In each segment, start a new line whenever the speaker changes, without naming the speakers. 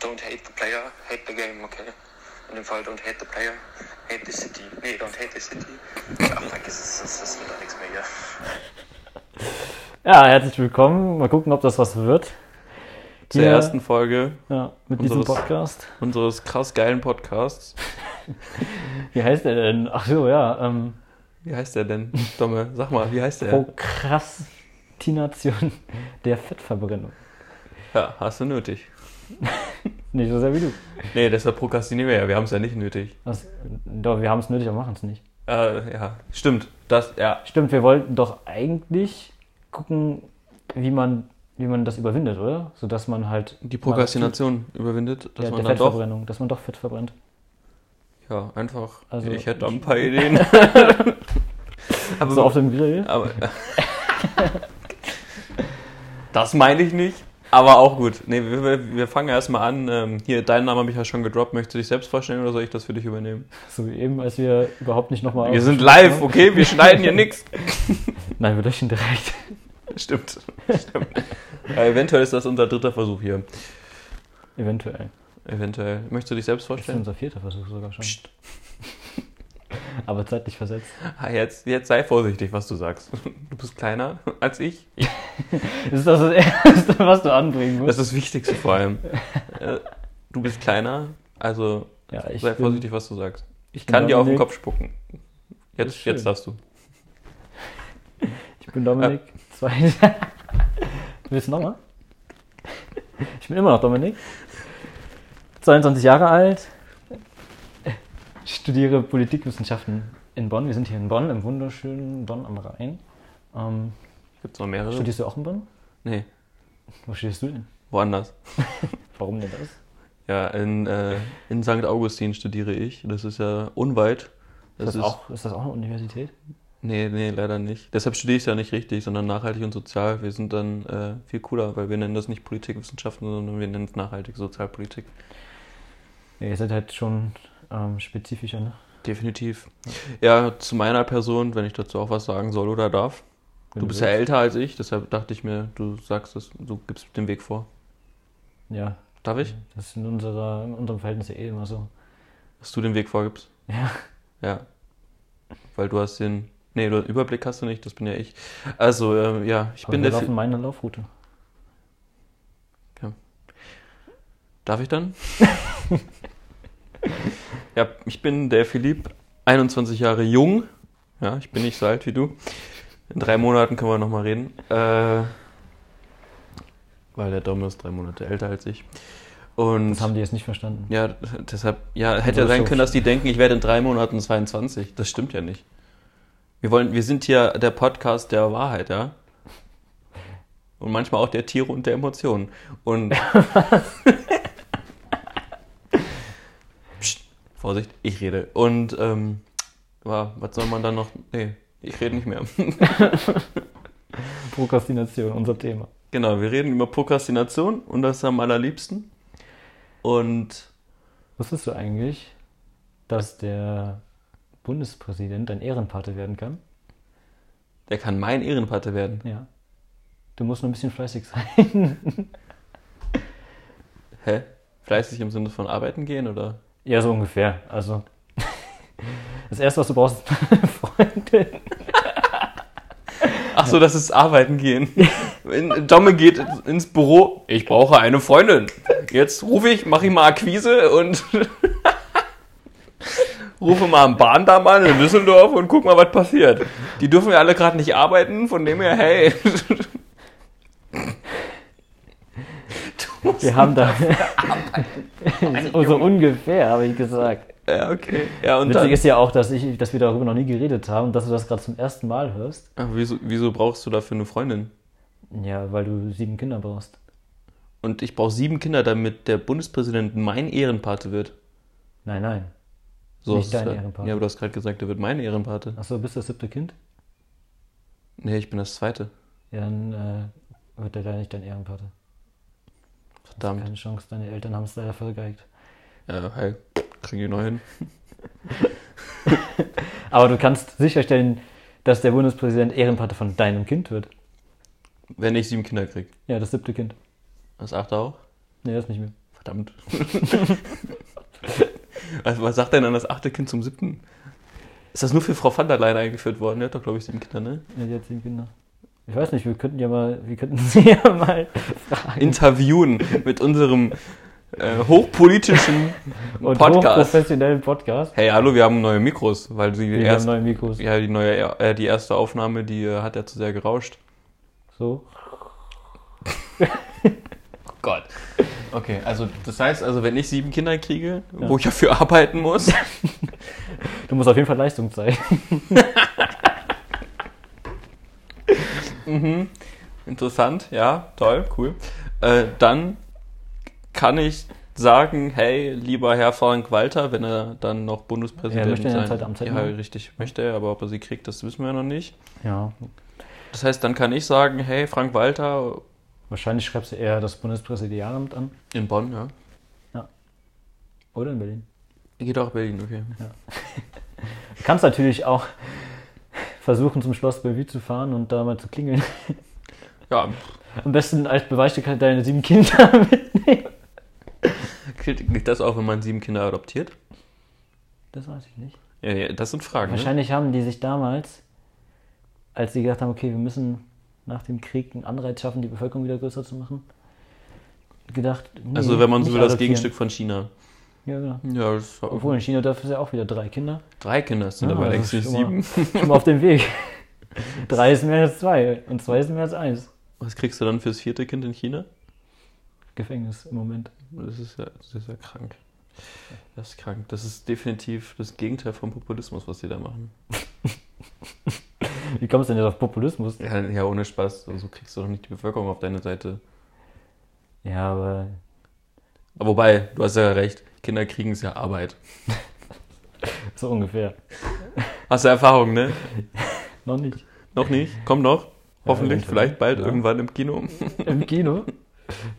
don't hate the player, hate the game, okay? In dem Fall, don't hate the player, hate the city. Nee, don't hate the city. Ach, vergiss es, das, das wird doch nichts mehr hier.
Ja, herzlich willkommen. Mal gucken, ob das was wird.
Zur
Ja.
ersten Folge
Ja, mit
Unseres-
diesem Podcast.
unseres krass geilen Podcasts.
Wie heißt der denn? Ach so, ja. Ähm,
Wie heißt der denn? Domme, sag mal, wie heißt der?
Prokrastination der Fettverbrennung.
Ja, hast du nötig.
Nicht so sehr wie du.
Nee, deshalb prokrastinieren wir ja, wir haben es ja nicht nötig.
Das, doch, wir haben es nötig, aber machen es nicht.
Äh, ja, stimmt. Das, ja,
Stimmt, wir wollten doch eigentlich gucken, wie man, wie man das überwindet, oder? Sodass man halt.
die Prokrastination überwindet, dass
der,
man
der
dann doch.
Fettverbrennung, dass man doch Fett verbrennt.
Ja, einfach.
Also-
ich hätte da ein paar Ideen. aber,
So auf dem Grill.
aber Das meine ich nicht. Aber auch gut. Nee, wir, wir- wir fangen erstmal an. Ähm, hier, deinen Namen habe ich ja schon gedroppt. Möchtest du dich selbst vorstellen oder soll ich das für dich übernehmen?
So wie eben, als wir überhaupt nicht nochmal.
Wir sind live, okay? Wir schneiden hier nichts.
Nein, wir löschen direkt.
Stimmt. Stimmt. Äh, eventuell ist das unser dritter Versuch hier.
Eventuell.
Eventuell. Möchtest du dich selbst
Das ist
vorstellen?
unser vierter Versuch sogar schon.
Psst.
Aber zeitlich versetzt.
Ah, jetzt, jetzt sei vorsichtig, was du sagst. Du bist kleiner als ich.
Ist das das Erste, was du anbringen
Das
musst?
ist das Wichtigste vor allem. Äh, Du bist kleiner, also
Ja, ich
sei
bin-
vorsichtig, was du sagst. Ich
bin
kann dir auf den
Dominik.
Kopf spucken.
Ist
Jetzt,
schön.
jetzt darfst du.
Ich bin Dominik. Zwei. Willst du nochmal? Ich bin immer noch Dominik. 22 Jahre alt. Studiere Politikwissenschaften in Bonn. Wir sind hier in Bonn, im wunderschönen Bonn am Rhein. Ähm,
Gibt's noch mehrere?
studierst du auch in Bonn?
Nee,
Wo studierst du denn?
woanders.
Warum denn das?
Ja, in, äh, in St. Augustin studiere ich. Das ist ja unweit.
Ist das, auch, ist das auch eine Universität?
Nee, nee, leider nicht. Deshalb studiere ich es ja nicht richtig, sondern nachhaltig und sozial. Wir sind dann äh, viel cooler, weil wir nennen das nicht Politikwissenschaften, sondern wir nennen es nachhaltige Sozialpolitik.
Ja, ihr seid halt schon ähm, spezifischer, ne?
Definitiv. Ja, zu meiner Person, wenn ich dazu auch was sagen soll oder darf.
Wenn
Du bist ja
willst.
älter als ich, deshalb dachte ich mir, du sagst es, du gibst den Weg vor.
Ja,
Darf ich?
das ist in, unserer, in unserem Verhältnis ja eh immer so.
Dass du den Weg vorgibst?
Ja.
Ja. Weil du hast den. Nee, du Überblick hast du nicht, das bin ja ich. Also, ähm, ja, ich
Aber
bin
wir
der.
laufen meine Laufroute.
Darf ich dann? ja, ich bin der Philipp, 21 Jahre jung. Ja, ich bin nicht so alt wie du. In drei Monaten können wir nochmal reden. Äh, weil der Dom ist drei Monate älter als ich. Und
Das haben die jetzt nicht verstanden.
ja, deshalb, ja,
Also
hätte ja sein
so-
können, dass die denken, ich werde in drei Monaten 22. Das stimmt ja nicht. Wir wollen, wir sind hier der Podcast der Wahrheit, ja. Und manchmal auch der Tiere und der Emotionen. Und. Psst, Vorsicht, ich rede. Und, ähm, wa- was soll man dann noch? Nee, ich rede nicht mehr.
Prokrastination, unser Thema.
genau, wir reden über Prokrastination und das am allerliebsten. Und
Wusstest du eigentlich, dass der Bundespräsident ein Ehrenpate werden kann?
der kann mein Ehrenpate werden.
Ja. Du musst nur ein bisschen fleißig sein.
Hä? Fleißig im Sinne von arbeiten gehen oder?
ja, so ungefähr. Also, das Erste, was du brauchst, ist eine Freundin.
Ach so, das ist arbeiten gehen. In- Domme geht ins Büro. Ich brauche eine Freundin. Jetzt rufe ich, mache ich mal Akquise und rufe mal einen Bahndamm an in Düsseldorf und guck mal, was passiert. Die dürfen ja alle gerade nicht arbeiten, von dem her, hey. Du musst-
Wir haben da. so ungefähr, habe ich gesagt.
Ja, okay. Ja, und
Witzig
dann,
ist ja auch, dass, ich, dass wir darüber noch nie geredet haben und dass du das gerade zum ersten Mal hörst.
Ach, wieso, wieso brauchst du dafür eine Freundin?
Ja, weil du sieben Kinder brauchst.
Und ich brauche sieben Kinder, damit der Bundespräsident mein Ehrenpate wird.
Nein, nein.
So,
Nicht
hast du's
dein
grad-
Ehrenpate.
Ja, aber du hast gerade gesagt, er wird mein Ehrenpate.
Achso, bist du das siebte Kind?
Nee, ich bin das zweite.
Ja, dann äh, wird er da nicht dein Ehrenpate.
Verdammt.
Keine Chance, deine Eltern haben es leider vergeigt.
Ja, hi. Kriegen die neu hin.
Aber du kannst sicherstellen, dass der Bundespräsident Ehrenpate von deinem Kind wird.
Wenn ich sieben Kinder krieg.
Ja, das siebte Kind.
Das achte auch?
Nee, das nicht mehr.
Verdammt. also, was sagt denn dann das achte Kind zum siebten? Ist das nur für Frau van der Leyen eingeführt worden? Die hat doch, glaube ich, sieben Kinder, ne?
Ja, die hat sieben Kinder. Ich weiß nicht, wir könnten ja mal, wir könnten sie ja mal fragen.
Interviewen mit unserem äh, hochpolitischen
Und
Podcast.
hochprofessionellen Podcast.
Hey, hallo, wir haben neue Mikros, weil sie
Wir
erst,
haben neue Mikros.
ja, die neue, äh, die erste Aufnahme, die äh, hat ja zu sehr gerauscht.
So.
Gott. Okay, also das heißt, also wenn ich sieben Kinder kriege, wo ich dafür arbeiten muss,
Du musst auf jeden Fall Leistung zeigen.
interessant, ja, toll, cool, äh, dann kann ich sagen, hey, lieber Herr Frank Walter, wenn er dann noch Bundespräsident
Ja, möchte er
sein
jetzt halt Amtszeit
ja,
machen?
richtig, möchte er, aber ob er sie kriegt, das wissen wir noch nicht.
Ja.
Das heißt, dann kann ich sagen, hey, Frank Walter
Wahrscheinlich schreibst du eher das Bundespräsidialamt an.
in Bonn, ja.
Oder in Berlin.
Geht auch Berlin, okay.
Du kannst natürlich auch versuchen, zum Schloss Bellevue zu fahren und da mal zu klingeln.
Ja,
Am besten als Beweisstück halt deine sieben Kinder mitnehmen.
gilt gilt das auch, wenn man sieben Kinder adoptiert?
Das weiß ich nicht.
Ja, ja, das sind Fragen. Ne?
Wahrscheinlich haben die sich damals, als sie gedacht haben, okay, wir müssen nach dem Krieg einen Anreiz schaffen, die Bevölkerung wieder größer zu machen, gedacht. nee,
Also, wenn man so
nicht
will, das
adoptieren.
Gegenstück von China.
Ja, genau.
Ja, das war
Obwohl in China dürfen sie auch wieder drei Kinder.
Drei Kinder es sind
Ja,
aber
das
längst
ist
nicht
schon mal-
sieben.
Schon mal auf dem Weg. drei ist mehr als zwei und zwei ist mehr als eins.
Was kriegst du dann fürs vierte Kind in China?
Gefängnis im Moment.
Das ist ja, das ist ja krank. Das ist krank. Das ist definitiv das Gegenteil vom Populismus, was die da machen.
Wie kommst du denn jetzt auf Populismus?
Ja, ja ohne Spaß. So kriegst du doch nicht die Bevölkerung auf deine Seite.
Ja, aber
Aber wobei, du hast ja recht. Kinder kriegen es ja Arbeit.
so ungefähr.
Hast du Erfahrung, ne?
Noch nicht.
Noch nicht? Kommt noch? Hoffentlich,
eventuell.
vielleicht bald
Ja.
irgendwann im Kino.
Im Kino?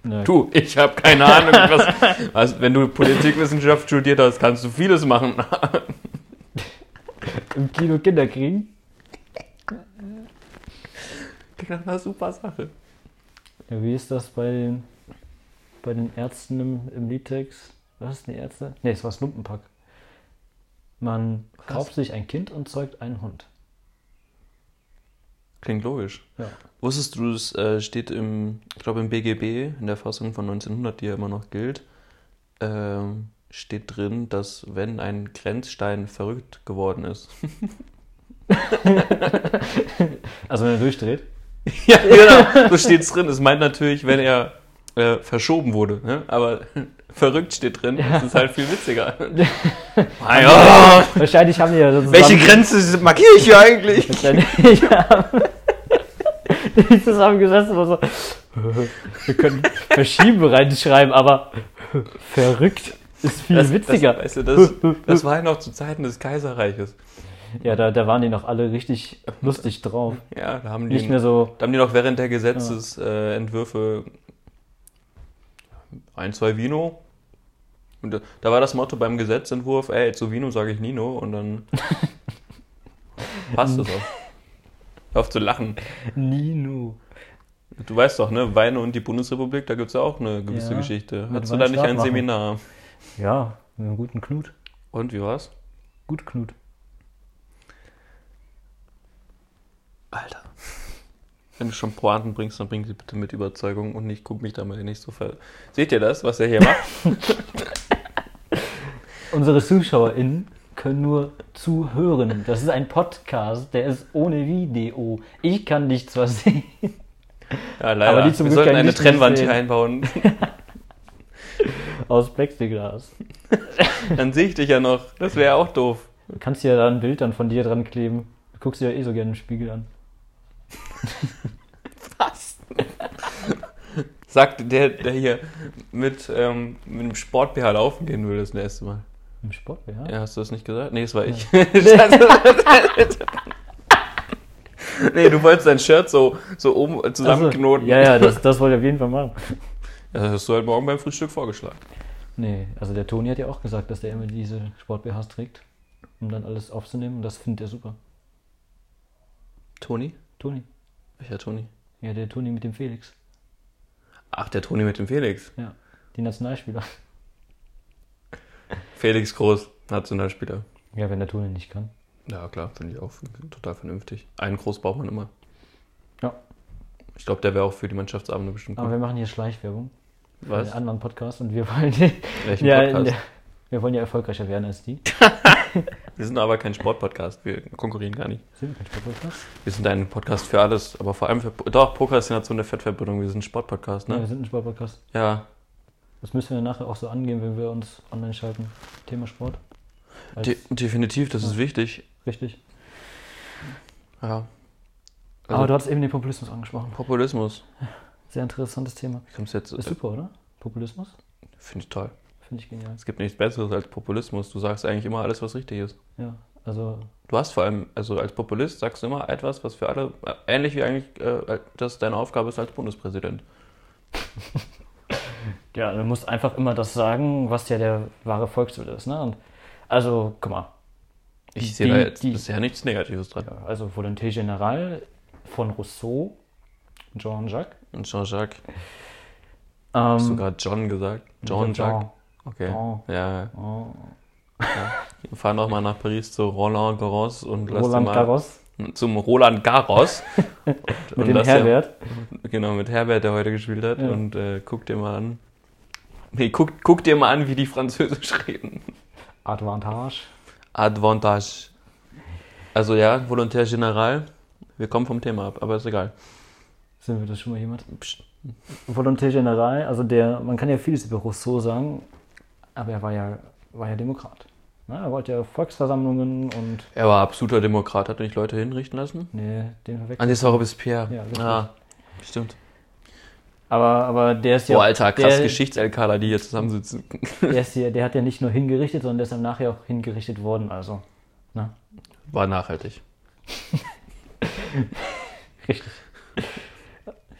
Na,
Du, ich habe keine Ahnung. Was, was, wenn du Politikwissenschaft studiert hast, kannst du vieles machen.
Im Kino Kinder kriegen?
Na, super Sache.
Ja, wie ist das bei den, bei den Ärzten im, im Liedtext? Was ist die Ärzte? Ne, es war das Lumpenpack. Man kauft sich ein Kind und zeugt einen Hund.
Klingt logisch.
Ja.
Wusstest du, es äh, steht im, ich glaube im BGB, in der Fassung von 1900, die ja immer noch gilt, ähm, steht drin, dass wenn ein Grenzstein verrückt geworden ist.
Also wenn er durchdreht.
ja, genau, so steht's drin. Es meint natürlich, wenn er äh, verschoben wurde, ne? aber verrückt steht drin, das ist halt viel witziger. Ah, mein Gott,
Wahrscheinlich haben die ja so
welche
zusammen-
Grenze markiere ich hier eigentlich?
Wahrscheinlich haben die zusammengesessen und so. Wir können verschieben reinschreiben, aber verrückt ist viel witziger.
Das, weißt du, das, das war ja noch zu Zeiten des Kaiserreiches.
Ja, da, da waren die noch alle richtig lustig drauf.
Ja, da haben die
Nicht mehr so,
Da haben die noch während der Gesetzesentwürfe äh, ein, zwei Vino. Und da, da war das Motto beim Gesetzentwurf, ey, zu Vino sage ich Nino und dann passt das auch. Hör auf zu lachen.
Nino.
Du weißt doch, ne, Weine und die Bundesrepublik, da gibt es ja auch eine gewisse
Ja,
Geschichte.
mit
Hattest du
Wein
da nicht
stark
ein
machen.
Seminar?
Ja, mit einem guten Knut.
Und wie war's?
Gut Knut.
Alter. Wenn du schon Pointen bringst, dann bring sie bitte mit Überzeugung und nicht guck mich da mal nicht so ver. Seht ihr das, was er hier macht?
Unsere ZuschauerInnen können nur zuhören. Das ist ein Podcast, der ist ohne Video. Ich kann nichts zwar sehen.
Ja, leider.
Aber die zum
Wir
Glück
sollten
ja
eine
nicht
Trennwand
sehen.
hier einbauen.
Aus Plexiglas.
Dann sehe ich dich ja noch. Das wäre auch doof.
Du kannst ja da ein Bild dann von dir dran kleben. Du guckst dir ja eh so gerne im Spiegel an.
Was? Sagt der, der hier mit, ähm, mit dem Sport-BH laufen gehen will das nächste Mal.
Im Sport, ja.
Ja, hast du das nicht gesagt? Nee, das war ich. nee, du wolltest dein Shirt so, so oben zusammenknoten.
Also, ja, ja, das, das wollte ich auf jeden Fall machen.
Das hast du halt morgen beim Frühstück vorgeschlagen.
Nee, also der Toni hat ja auch gesagt, dass der immer diese Sport-BHs trägt, um dann alles aufzunehmen. Und das findet er super.
Toni?
Toni.
Welcher Toni?
Ja, der Toni mit dem Felix.
Ach, der Toni mit dem Felix.
Ja. Die Nationalspieler.
Felix Groß, Nationalspieler.
Ja, wenn der Tunnel nicht kann.
Ja, klar, finde ich auch total vernünftig. Einen Groß braucht man immer.
Ja.
Ich glaube, der wäre auch für die Mannschaftsabende bestimmt
Aber
gut.
wir machen hier Schleichwerbung. für
Was?
Einen anderen Podcast und wir wollen ja,
Welchen
in
Podcast?
der, wir wollen ja erfolgreicher werden als die.
Wir sind aber kein Sportpodcast, wir konkurrieren gar nicht.
Sind wir kein Sportpodcast?
Wir sind ein Podcast für alles, aber vor allem für doch Prokrastination der Fettverbrennung. Wir sind ein Sportpodcast,
Ja, wir
ne?
sind ein Sportpodcast.
Ja.
Das müssen wir nachher auch so angehen, wenn wir uns online schalten. Thema Sport. Als,
De definitiv, das ist wichtig.
richtig.
Ja. Also-
Aber du hast eben den Populismus angesprochen.
Populismus.
Sehr interessantes Thema.
Wie kommst du jetzt?
Ist super, oder? Populismus?
Finde ich toll.
Finde ich genial.
Es gibt nichts Besseres als Populismus. Du sagst eigentlich immer alles, was richtig ist.
Ja, also
Du hast vor allem, also als Populist sagst du immer etwas, was für alle, äh, ähnlich wie eigentlich, äh, das deine Aufgabe ist als Bundespräsident.
Ja, du musst einfach immer das sagen, was ja der wahre Volkswille ist. Ne? Und also, guck mal, Die-
Ich sehe da jetzt
die-
bisher nichts Negatives dran.
ja, also Volonté Générale von Rousseau, Jean-Jacques.
Und Jean-Jacques,
Ähm,
hast du gerade John gesagt? Jean-Jacques? Okay.
Jean.
Ja,
Oh,
wir fahren nochmal nach Paris zu Roland Garros und lass dir
Roland
mal
Garros
zum Roland Garros. und,
mit dem
lass dir-
Herbert.
Genau, mit Herbert, der heute gespielt hat.
Ja.
Und äh, guck dir mal an. Nee, guck, guck dir mal an, wie die Französisch reden.
Advantage.
Advantage. Also ja, Volontär General. Wir kommen vom Thema ab, aber ist egal.
Sind wir das schon mal jemand?
Psst.
Volonté Générale, also der, man kann ja vieles über Rousseau sagen, aber er war ja, war ja Demokrat. Ne? Er wollte ja Volksversammlungen und.
Er war absoluter Demokrat, hat er nicht Leute hinrichten lassen?
Nee, den verwechselt.
An die Sache bis Pierre.
Ja, richtig.
ah, stimmt.
Aber, aber der ist ja.
Boah, Oh, Alter, krass
der,
Geschichts-LKler, die hier zusammensitzen.
Der, ist ja, der hat ja nicht nur hingerichtet, sondern der ist dann nachher auch hingerichtet worden. Also,
War nachhaltig.
richtig.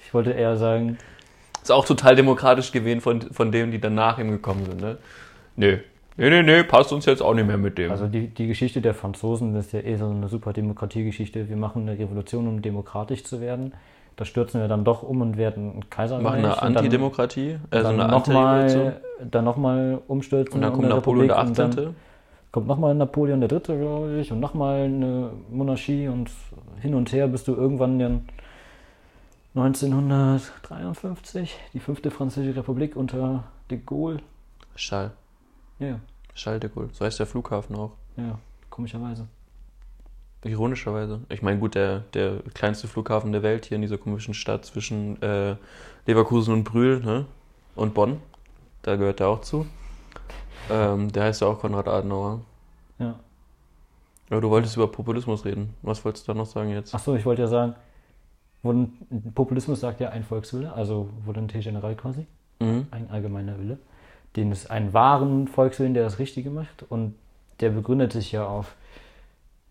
Ich wollte eher sagen,
Ist auch total demokratisch gewesen von, von denen, die dann nach ihm gekommen sind, ne? Nö. Nee, nee, nee, passt uns jetzt auch nicht mehr mit dem.
also die, die Geschichte der Franzosen das ist ja eh so eine super Demokratiegeschichte. Wir machen eine Revolution, um demokratisch zu werden. Da stürzen wir dann doch um und werden ein Kaiserreich.
Machen eine
und dann-
Antidemokratie, also
dann
eine Antirevolution.
nochmal dann noch mal umstürzen.
Und dann kommt
eine
Napoleon der
Republik und dann
18.
Kommt nochmal Napoleon der Dritte, glaube ich, und nochmal eine Monarchie und hin und her, bis du irgendwann dann 1953 die fünfte Französische Republik unter de Gaulle.
Charles.
Ja, ja,
Charles de Gaulle. So heißt der Flughafen auch.
ja, komischerweise.
Ironischerweise. Ich meine, gut, der, der kleinste Flughafen der Welt hier in dieser komischen Stadt zwischen äh, Leverkusen und Brühl ne? und Bonn. Da gehört der auch zu. Ähm, der heißt ja auch Konrad Adenauer.
Ja.
Aber du wolltest über Populismus reden. Was wolltest du da noch sagen jetzt?
Achso, ich wollte ja sagen, Volon- Populismus sagt ja ein Volkswille, also Volonté General quasi.
Mhm.
ein allgemeiner Wille, den es einen wahren Volkswillen, der das Richtige macht. Und der begründet sich ja auf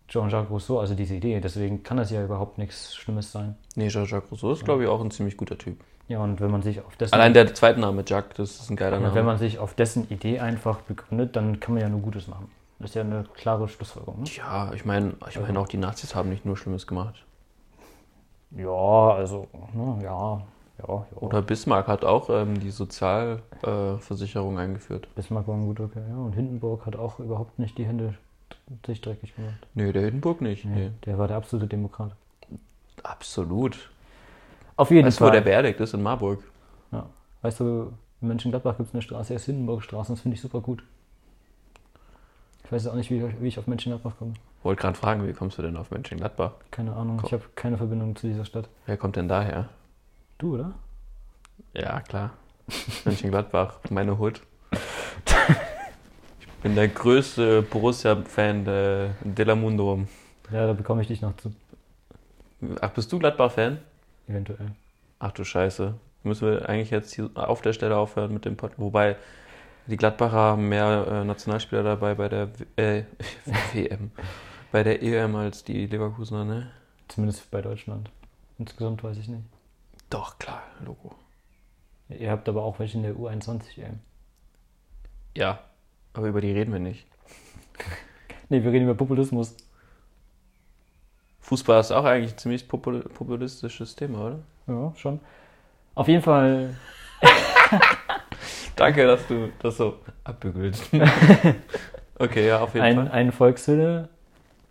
Jean-Jacques Rousseau, also diese Idee. Deswegen kann das ja überhaupt nichts Schlimmes sein.
Nee, Jean-Jacques Rousseau ist, glaube ich, auch ein ziemlich guter Typ.
Ja, und wenn man sich auf dessen,
Allein der zweite Name, Jacques, das ist ein geiler
und
Name.
wenn man sich auf dessen Idee einfach begründet, dann kann man ja nur Gutes machen. Das ist ja eine klare Schlussfolgerung. Ne?
ja, ich meine, ich meine auch die Nazis haben nicht nur Schlimmes gemacht.
Ja, also, ne, ja, ja, ja.
Oder Bismarck hat auch ähm, die Sozialversicherung äh, eingeführt.
Bismarck war ein guter Kerl. Ja. Und Hindenburg hat auch überhaupt nicht die Hände sich dreckig gemacht.
Nee, der Hindenburg nicht. Nee.
Der war der absolute Demokrat.
Absolut.
Auf jeden
Weißt du, wo
Fall.
der beerdigt ist? In Marburg.
Ja. Weißt du, in Mönchengladbach gibt es eine Straße, die heißt Hindenburgstraße, das finde ich super gut. Ich weiß auch nicht, wie ich, wie ich auf Mönchengladbach komme.
Wollte gerade fragen, wie kommst du denn auf Mönchengladbach?
Keine Ahnung, ich habe keine Verbindung zu dieser Stadt.
Wer kommt denn daher?
Du, oder?
Ja, klar. Mönchengladbach, meine Hut. Ich bin der größte Borussia-Fan äh, de la Mundo.
Ja, da bekomme ich dich noch zu,
Ach, bist du Gladbach-Fan?
eventuell.
Ach du Scheiße. Müssen wir eigentlich jetzt hier auf der Stelle aufhören mit dem Pod. Wobei die Gladbacher haben mehr äh, Nationalspieler dabei bei der W- äh, WM. Bei der EM als die Leverkusener, ne?
Zumindest bei Deutschland. Insgesamt weiß ich nicht.
Doch, klar, Logo.
Ihr habt aber auch welche in der U21 EM.
Ja. Aber über die reden wir nicht.
Ne, wir reden über Populismus. Fußball.
Fußball ist auch eigentlich ein ziemlich popul populistisches Thema, oder?
Ja, schon. Auf jeden Fall,
Danke, dass du das so abbügelst. okay, ja, auf jeden
Ein,
Fall.
ein Volkswille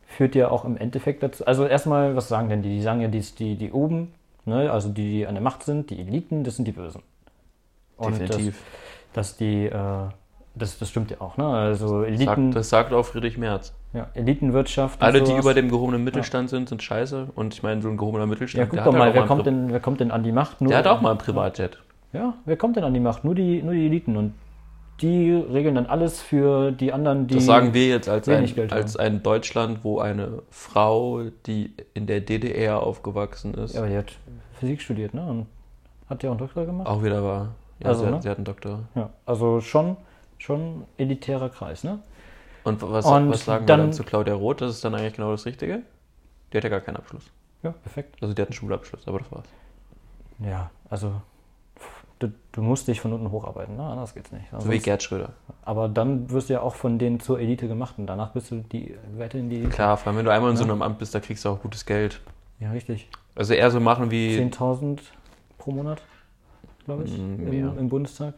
führt ja auch im Endeffekt dazu. Also erstmal, was sagen denn die? Die sagen ja, die, die, die oben, ne? also die, die an der Macht sind, die Eliten, das sind die Bösen. Und
Definitiv.
Das, dass die, äh, das, das stimmt ja auch, ne? Also Eliten,
Sagt, das sagt auch Friedrich Merz.
ja, Elitenwirtschaft. und
Alle, die
sowas.
über dem gehobenen Mittelstand sind, sind scheiße. Und ich meine, so ein gehobener
Ja,
Mittelstand.
guck
der
doch
hat
mal,
auch
wer
einen
kommt,
Pri-
denn, wer kommt denn an die Macht? Nur,
Der hat auch mal ein Privatjet.
Ja, wer kommt denn an die Macht? Nur die, nur die Eliten. Und die regeln dann alles für die anderen, die.
Das sagen wir jetzt als
wenig
ein,
Geld
als ein Deutschland, wo eine Frau, die in der DDR aufgewachsen ist,
Ja, aber die hat Physik studiert, ne? Und hat ja auch einen Doktor gemacht.
auch wieder war. Ja,
Also,
sie,
ne?
hat, sie hat einen Doktor.
Ja, also schon, schon elitärer Kreis, ne?
Und was,
Und
was sagen
dann-
wir dann zu Claudia Roth? Das ist dann eigentlich genau das Richtige. Die hat ja gar keinen Abschluss.
Ja, perfekt.
Also die hat einen Schulabschluss, aber das war's.
Ja, also du, du musst dich von unten hocharbeiten, ne? Anders geht's nicht.
So wie
Ansonsten-
Gerd Schröder.
aber dann wirst du ja auch von denen zur Elite gemacht und danach bist du die weiterhin die.
Klar, vor allem wenn du einmal in so einem Amt bist, da kriegst du auch gutes Geld.
Ja, richtig.
Also eher so machen wie
10.000 pro Monat, glaube ich,
Mm,
im,
ja.
im Bundestag.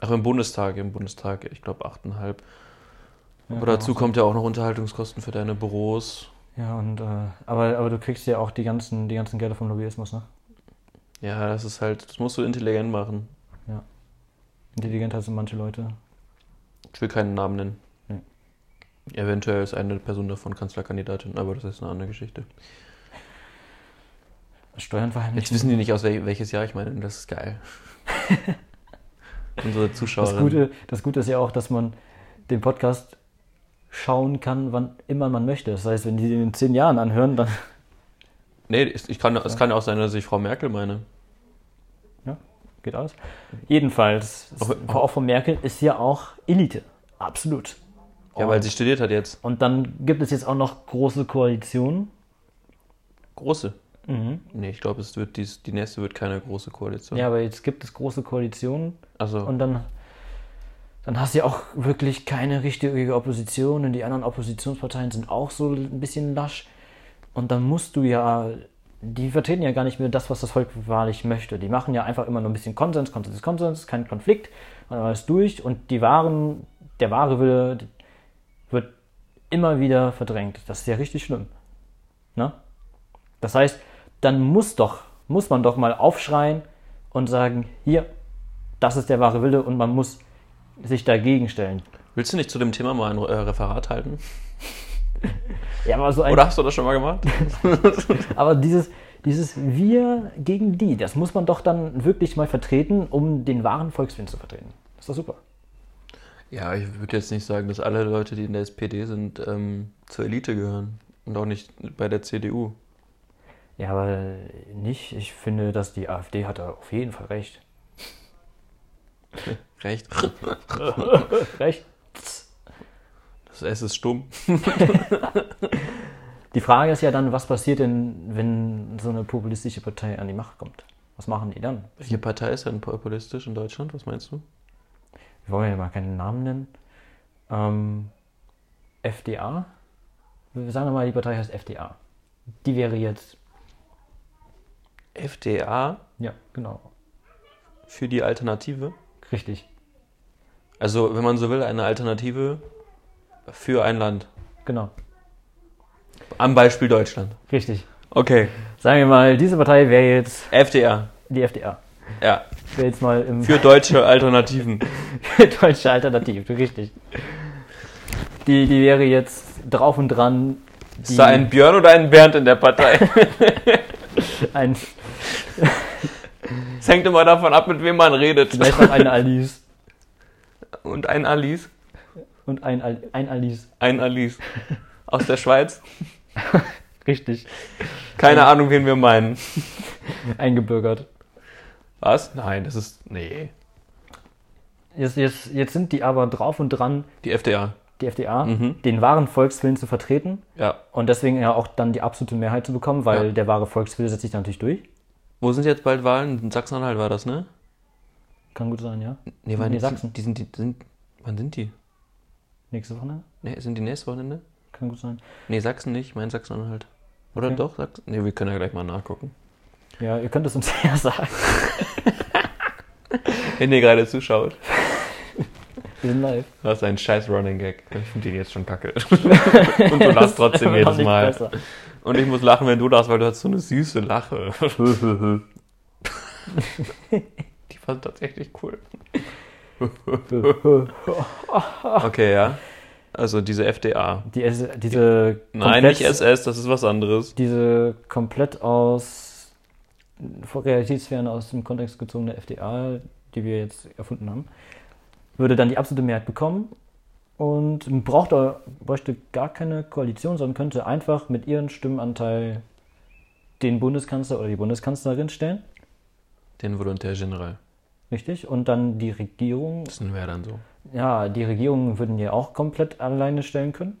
Ach, im Bundestag, im Bundestag, ich glaube 8,5.
Ja,
Aber
genau.
dazu kommt ja auch noch Unterhaltungskosten für deine Büros.
Ja, und äh, aber, aber du kriegst ja auch die ganzen, die ganzen Gelder vom Lobbyismus, ne?
Ja, das ist halt, das musst du intelligent machen.
Intelligenter sind manche Leute.
Ich will keinen Namen nennen.
Nee.
Eventuell ist eine Person davon Kanzlerkandidatin, aber das ist eine andere Geschichte.
Hm. Steuern
Jetzt
verheimlichen.
wissen die nicht, aus wel welches Jahr ich meine, und das ist geil. Unsere Zuschauer.
Das Gute, das Gute ist ja auch, dass man den Podcast schauen kann, wann immer man möchte. Das heißt, wenn die den in zehn Jahren anhören, dann.
Nee, es, ich kann, es kann ja auch sein, dass ich Frau Merkel meine.
Ja, geht alles. Jedenfalls,
Auch-
auch, auch von Merkel ist ja auch Elite. Absolut.
Ja,
Oh.
weil sie studiert hat jetzt.
Und dann gibt es jetzt auch noch große Koalitionen.
Große. Nee, ich glaube, es wird dies, die nächste wird keine große Koalition.
Ja, aber jetzt gibt es große Koalitionen
Also,
und dann, dann hast du ja auch wirklich keine richtige Opposition und die anderen Oppositionsparteien sind auch so ein bisschen lasch. Und dann musst du ja, die vertreten ja gar nicht mehr das, was das Volk wahrlich möchte. Die machen ja einfach immer nur ein bisschen Konsens, Konsens, Konsens, kein Konflikt und dann ist durch und die wahren, der wahre Wille wird immer wieder verdrängt. Das ist ja richtig schlimm. Ne? Das heißt, dann muss doch, muss man doch mal aufschreien und sagen, hier, das ist der wahre Wille und man muss sich dagegen stellen.
willst du nicht zu dem Thema mal ein äh, Referat halten?
Ja, aber so ein,
Oder hast du das schon mal gemacht?
aber dieses, dieses Wir gegen die, das muss man doch dann wirklich mal vertreten, um den wahren Volkswillen zu vertreten. Das ist doch super.
Ja, ich würde jetzt nicht sagen, dass alle Leute, die in der SPD sind, ähm, zur Elite gehören. Und auch nicht bei der CDU.
Ja, aber nicht. Ich finde, dass die AfD hat da auf jeden Fall recht.
Recht?
Recht.
Das S ist stumm.
Die Frage ist ja dann, was passiert denn, wenn so eine populistische Partei an die Macht kommt? Was machen die dann?
Welche Partei ist denn populistisch in Deutschland? Was meinst du?
wir wollen ja mal keinen Namen nennen, ähm, FDA, wir sagen wir mal, die Partei heißt FDA. Die wäre jetzt,
FDA
ja, genau,
für die Alternative.
richtig,
Also, wenn man so will, eine Alternative für ein Land.
genau,
Am Beispiel Deutschland.
richtig.
Okay.
Sagen wir mal, diese Partei wäre jetzt
FDA.
die FDA.
Ja.
Wäre jetzt mal im
Für deutsche Alternativen.
deutsche Alternativ, richtig. Die, die wäre jetzt drauf und dran, die,
Ist da ein Björn oder ein Bernd in der Partei?
ein,
Es hängt immer davon ab, mit wem man redet.
vielleicht auch eine Alice
Und ein Alice.
und ein, Al- ein Alice,
Ein Alice. Aus der Schweiz.
richtig,
Keine Ahnung, wen wir meinen.
eingebürgert.
Was? Nein, das ist. Nee.
Jetzt, jetzt, jetzt sind die aber drauf und dran,
Die FDA.
die FDA,
Mhm.
den wahren Volkswillen zu vertreten
Ja.
und deswegen ja auch dann die absolute Mehrheit zu bekommen, weil
Ja.
der wahre Volkswille setzt sich da natürlich durch.
Wo sind jetzt bald Wahlen? In Sachsen-Anhalt war das, ne?
Kann gut sein, ja.
Nee,
Nee,
waren die
Sachsen.
Die sind, die sind. Wann sind die?
Nächste Woche, ne?
Ne, sind die nächstes Wochenende?
Kann gut sein.
Nee, Sachsen nicht. Ich meine Sachsen-Anhalt. Oder
Okay.
doch? Sachsen? Nee, wir können ja gleich mal nachgucken.
Ja, ihr könnt es uns ja sagen.
Wenn ihr gerade zuschaut.
Wir sind live.
Das ist ein scheiß Running Gag. Ich finde den jetzt schon kacke. Und du lachst trotzdem
Noch
jedes
nicht
Mal.
besser.
Und ich muss lachen, wenn du lachst, weil du hast so eine süße Lache. Die war tatsächlich cool.
Ah.
Okay, ja. Also diese FDA.
Die, S- diese,
Nein,
komplett-
nicht SS, das ist was anderes.
diese komplett aus Realitätsfern aus dem Kontext gezogene FDA, die wir jetzt erfunden haben, würde dann die absolute Mehrheit bekommen und braucht, bräuchte gar keine Koalition, sondern könnte einfach mit ihrem Stimmenanteil den Bundeskanzler oder die Bundeskanzlerin stellen,
Den Volontärgeneral.
richtig? Und dann die Regierung
Das wäre dann so.
Ja, die Regierungen würden ja auch komplett alleine stellen können.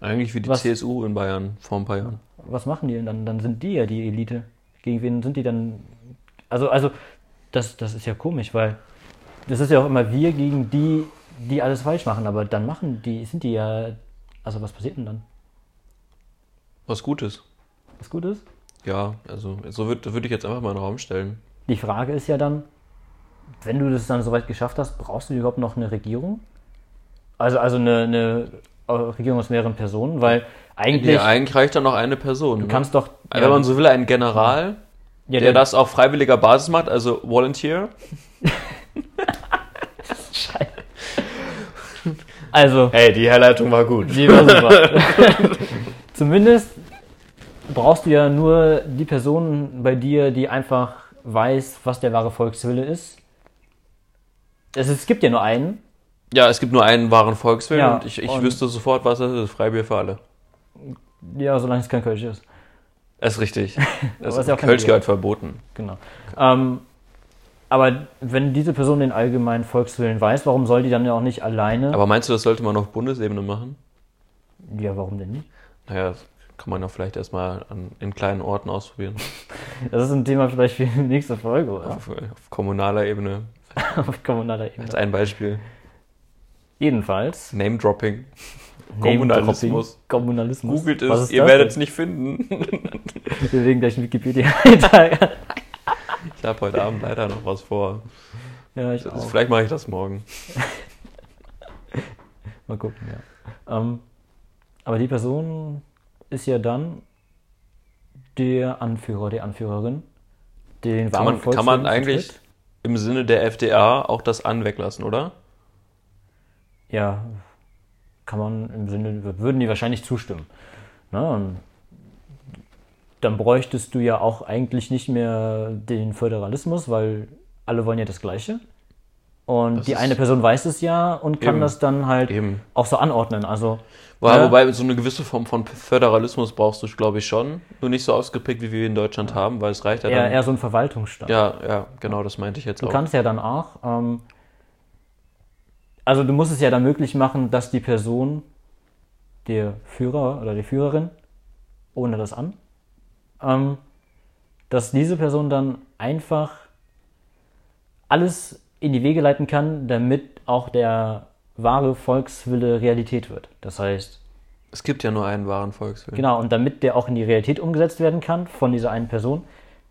Eigentlich wie die
Was-
CSU in Bayern vor ein paar Jahren.
Was machen die denn dann? Dann sind die ja die Elite. Gegen wen sind die dann? Also, also das, das ist ja komisch, weil das ist ja auch immer wir gegen die, die alles falsch machen. Aber dann machen die, sind die ja. Also, was passiert denn dann?
Was Gutes.
Was gut ist?
Ja, also so würde würd ich jetzt einfach mal in den Raum stellen.
Die Frage ist ja dann, wenn du das dann soweit geschafft hast, brauchst du überhaupt noch eine Regierung? Also, also eine, eine äh, Regierung aus mehreren Personen, weil eigentlich
Nee, eigentlich reicht dann noch eine Person. ne?
du kannst doch.
Wenn man so will, einen General,
ja,
der das auf freiwilliger Basis macht, also Volunteer.
Also.
Hey, die Herleitung war gut.
Die war super. Zumindest brauchst du ja nur die Person bei dir, die einfach weiß, was der wahre Volkswille ist. Es, es gibt ja nur einen.
Ja, es gibt nur einen wahren Volkswillen
Ja,
und ich, ich
und-
wüsste sofort, was das ist. Freibier für alle.
Ja, solange es kein Kölsch ist.
Das ist richtig. Das
ist ja auch kein
Kölsch
Bier.
gehört verboten.
Genau. Ähm, aber wenn diese Person den allgemeinen Volkswillen weiß, warum soll die dann ja auch nicht alleine?
Aber meinst du, das sollte man auf Bundesebene machen?
ja, warum denn nicht?
Naja, das kann man ja vielleicht erstmal an, in kleinen Orten ausprobieren.
Das ist ein Thema vielleicht für die nächste Folge, oder?
Auf, auf kommunaler Ebene.
Auf kommunaler Ebene.
Als ein Beispiel.
Jedenfalls.
Name-Dropping. Kommunalismus.
Kommunalismus.
Googelt
Was
es,
ist
ihr
das
werdet es
denn?
nicht finden.
Wir legen gleich einen Wikipedia-Eintrag an.
Ich habe heute Abend leider noch was vor.
Ja, ich
Das,
auch.
vielleicht mache ich das morgen.
Mal gucken, ja. Ähm, aber die Person ist ja dann der Anführer, die Anführerin. Den
Kann
wahren
man, kann man
Volkswillen
eigentlich
vertritt.
im Sinne der FDA auch das an weglassen, oder?
Ja, kann man im Sinne, würden die wahrscheinlich zustimmen. Na, und dann bräuchtest du ja auch eigentlich nicht mehr den Föderalismus, weil alle wollen ja das Gleiche. Und
Das
die
ist-
eine Person weiß es ja und kann
Eben.
das dann halt
Eben.
auch so anordnen. Also
Wobei,
Ja.
wobei so eine gewisse Form von Föderalismus brauchst du, glaube ich, schon. Nur nicht so ausgeprägt, wie wir in Deutschland haben, weil es reicht ja
eher,
dann.
eher so ein Verwaltungsstaat.
ja, ja, genau, das meinte ich jetzt
Du
auch.
kannst ja dann auch, ähm, also du musst es ja dann möglich machen, dass die Person, der Führer oder die Führerin, ohne das an, ähm, dass diese Person dann einfach alles in die Wege leiten kann, damit auch der wahre Volkswille Realität wird. Das heißt,
Es gibt ja nur einen wahren Volkswillen.
Genau, und damit der auch in die Realität umgesetzt werden kann von dieser einen Person,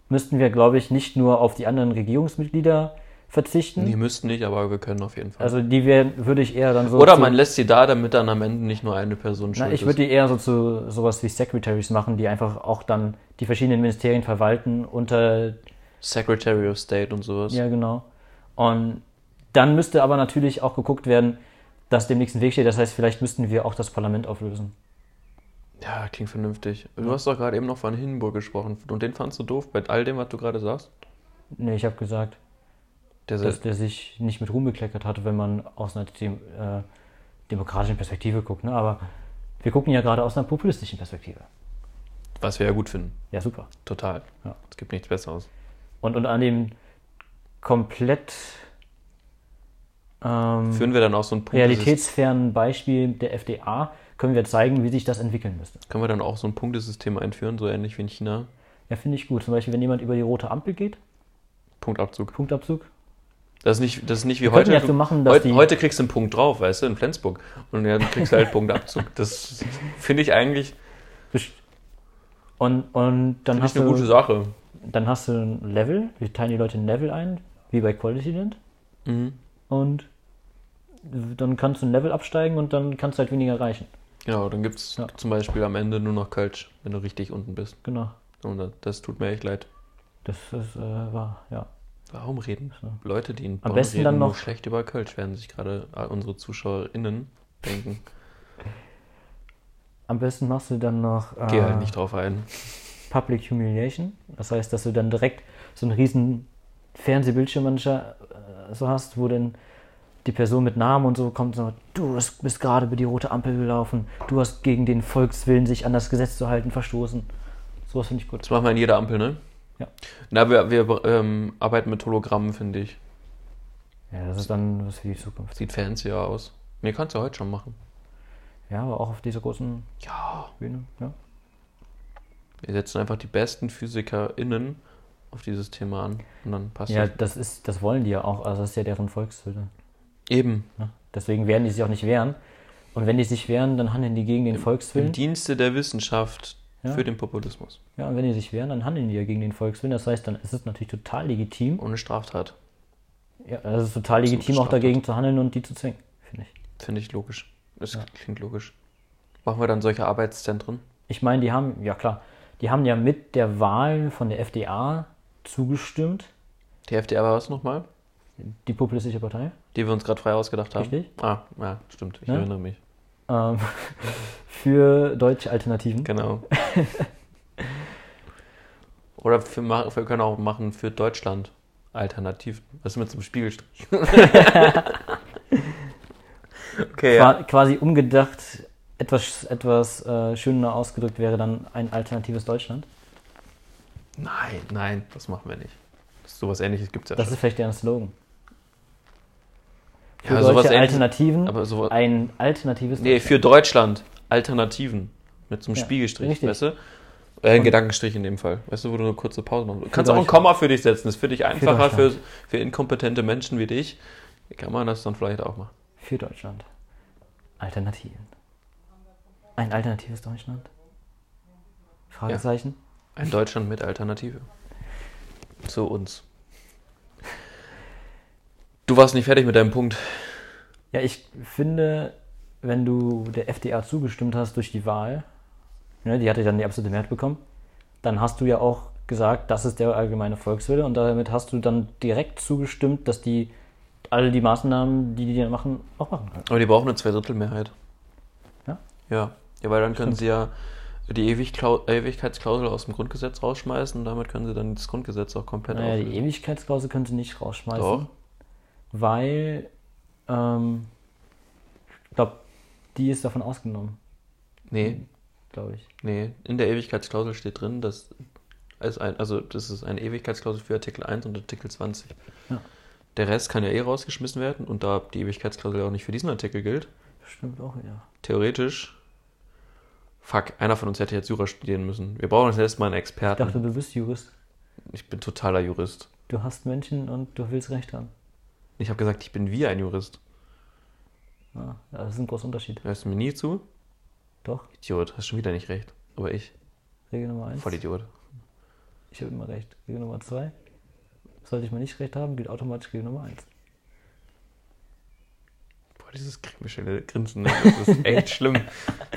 müssten wir, glaube ich, nicht nur auf die anderen Regierungsmitglieder verzichten.
Die müssten nicht, aber wir können auf jeden Fall.
Also die wär, würde ich eher dann so.
oder
zu,
man lässt sie da, damit dann am Ende nicht nur eine Person schuld
na, ich
ist.
würde die eher so zu sowas wie Secretaries machen, die einfach auch dann die verschiedenen Ministerien verwalten unter.
Secretary of State und sowas.
Ja, genau. Und dann müsste aber natürlich auch geguckt werden, dass dem nichts im Weg steht. Das heißt, vielleicht müssten wir auch das Parlament auflösen.
Ja, klingt vernünftig. Du hast doch gerade eben noch von Hindenburg gesprochen und den fandst du doof bei all dem, was du gerade sagst.
Nee, ich habe gesagt,
Der
dass
sagt,
der sich nicht mit Ruhm bekleckert hat, wenn man aus einer dem, äh, demokratischen Perspektive guckt. Ne? Aber wir gucken ja gerade aus einer populistischen Perspektive.
was wir ja gut finden.
Ja, super.
Total.
Ja.
Es gibt nichts Besseres.
Und, und an dem komplett ähm,
Führen wir dann auch so ein Punktesystem.
realitätsfernen Beispiel der FDA können wir zeigen, wie sich das entwickeln müsste.
Können wir dann auch so ein Punktesystem einführen, so ähnlich wie in China?
Ja, finde ich gut. Zum Beispiel, wenn jemand über die rote Ampel geht,
Punktabzug.
Punktabzug.
Das ist nicht, das ist nicht wie
könnten
heute.
ja so machen, dass
heute,
die-
heute kriegst du einen Punkt drauf, weißt du, in Flensburg. Und dann kriegst du halt Punktabzug. Das finde ich eigentlich
Und, und dann,
nicht
hast
eine gute
du,
Sache.
dann hast du ein Level. Wir teilen die Leute in ein Level ein, wie bei Quality Land.
Mhm.
Und dann kannst du ein Level absteigen und dann kannst du halt weniger erreichen.
Genau, dann gibt es
Ja.
zum Beispiel am Ende nur noch Kölsch, wenn du richtig unten bist.
Genau.
Und das- das tut mir echt leid.
Das ist äh, wahr, ja.
Warum reden
So.
Leute, die in
Am
Bonn
besten
reden,
dann
nur
noch-
schlecht über Kölsch, werden sich gerade all unsere ZuschauerInnen denken.
Am besten machst du dann noch äh,
Geh halt nicht drauf ein.
Public Humiliation. Das heißt, dass du dann direkt so einen riesen Fernsehbildschirm mancher, äh, so hast, wo dann die Person mit Namen und so kommt und sagt, du hast- bist gerade über die rote Ampel gelaufen, du hast gegen den Volkswillen, sich an das Gesetz zu halten, verstoßen. Sowas finde ich gut.
Das machen wir an jeder Ampel, ne?
Ja.
Na, wir, wir ähm, arbeiten mit Hologrammen, finde ich.
Ja, das ist dann was für die Zukunft.
Sieht fancier aus. Nee, kannst du heute schon machen.
Ja, aber auch auf dieser großen
Ja.
Bühne. Ja.
Wir setzen einfach die besten PhysikerInnen auf dieses Thema an. Und dann passt
Ja,
das.
das ist, das wollen die ja auch. Also das ist ja deren Volkswille.
Eben.
Ne? Deswegen werden die sich auch nicht wehren. Und wenn die sich wehren, dann handeln die gegen den
Im
Volkswillen.
Dienste der
Hm?
Wissenschaft
Ja.
für den Populismus.
Ja, und wenn die sich wehren, dann handeln die ja gegen den Volkswillen. Das heißt, dann ist es natürlich total legitim.
Ohne Straftat.
Ja, es ist total legitim, auch
Straftat.
dagegen zu handeln und die zu zwingen, finde ich.
Finde ich logisch. Das klingt logisch. Machen wir dann solche Arbeitszentren?
Ich meine, die haben, ja klar, die haben ja mit der Wahl von der FDA zugestimmt,
Die FDA war was nochmal?
die Populistische Partei,
Die wir uns gerade frei ausgedacht haben.
Richtig.
Ah, ja, stimmt. Ich
Ja.
erinnere mich.
ähm, für deutsche Alternativen.
Genau. Oder für, ma- wir können auch machen für Deutschland alternativ. Was ist mit so einem Spiegelstrich? okay, ja.
Qua- Quasi umgedacht, etwas, etwas äh, schöner ausgedrückt wäre dann ein alternatives Deutschland.
Nein, nein, das machen wir nicht. Das, sowas ähnliches gibt es ja
Das
schon.
ist vielleicht deren Slogan. Für
Ja, sowas
deutsche
ähnliches-
Alternativen
aber sowas-
ein alternatives
Nee, für Deutschland Alternativen. Mit so einem
Ja,
Spiegelstrich,
richtig.
weißt du? Äh, ein Gedankenstrich in dem Fall. Weißt du, wo du eine kurze Pause machst. Du kannst auch ein
Deutschland.
Komma für dich setzen. Das ist für dich einfacher, für,
Deutschland.
für, inkompetente Menschen wie dich. Kann man das dann vielleicht auch machen.
Für Deutschland. Alternativen. Ein alternatives Deutschland? Fragezeichen?
Ein Deutschland mit Alternative. Zu uns. Du warst nicht fertig mit deinem Punkt.
Ja. ich finde, wenn du der FDA zugestimmt hast durch die Wahl, ne, die hatte dann die absolute Mehrheit bekommen, dann hast du ja auch gesagt, das ist der allgemeine Volkswille und damit hast du dann direkt zugestimmt, dass die alle die Maßnahmen, die die dann machen, auch machen können.
Aber die brauchen eine Zweidrittelmehrheit.
Ja?
Ja. Ja, weil dann können sie ja die Ewigklau- Ewigkeitsklausel aus dem Grundgesetz rausschmeißen und damit können sie dann das Grundgesetz auch komplett
Naja, die
auflösen.
Ewigkeitsklausel können sie nicht rausschmeißen.
Doch.
Weil, ähm, ich glaube, die ist davon ausgenommen, Hm.
Nee,
glaube ich.
nee. In der Ewigkeitsklausel steht drin, dass es ein, also das ist eine Ewigkeitsklausel für Artikel 1 und Artikel 20.
Ja.
Der Rest kann ja eh rausgeschmissen werden und da die Ewigkeitsklausel auch nicht für diesen Artikel gilt,
Stimmt auch, ja.
theoretisch. Fuck, einer von uns hätte jetzt Jura studieren müssen. Wir brauchen jetzt erstmal einen
Ich dachte,
Experten.
du bist Jurist.
Ich bin totaler Jurist.
Du hast Menschen und du willst Recht haben.
Ich habe gesagt, ich bin wie ein Jurist.
Ja, das ist ein großer Unterschied.
Hörst du mir nie zu?
Doch,
Idiot, hast schon wieder nicht recht. Aber ich,
Regel Nummer eins.
voll Idiot.
Ich habe immer recht. Regel Nummer zwei. Sollte ich mal nicht recht haben, gilt automatisch Regel Nummer eins.
Boah, dieses krimische Grinsen, ne? das ist echt schlimm.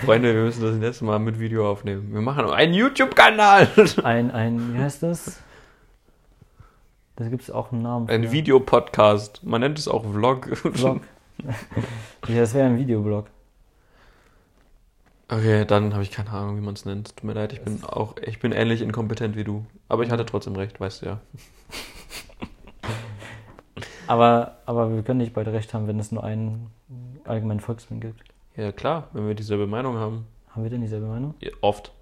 Freunde, wir müssen das nächste Mal mit Video aufnehmen. Wir machen einen YouTube-Kanal.
Ein, ein, wie heißt das? Da gibt es auch einen Namen.
Ein
für.
Videopodcast. Man nennt es auch Vlog.
Blog. ja, das wäre ein Videoblog.
Okay, dann habe ich keine Ahnung, wie man es nennt. Tut mir leid, ich bin auch, ich bin ähnlich inkompetent wie du. Aber ich hatte trotzdem recht, weißt du ja.
Aber, aber wir können nicht beide recht haben, wenn es nur einen allgemeinen Volksmund gibt.
Ja klar, wenn wir dieselbe Meinung haben.
Haben wir denn dieselbe Meinung?
Ja, Oft.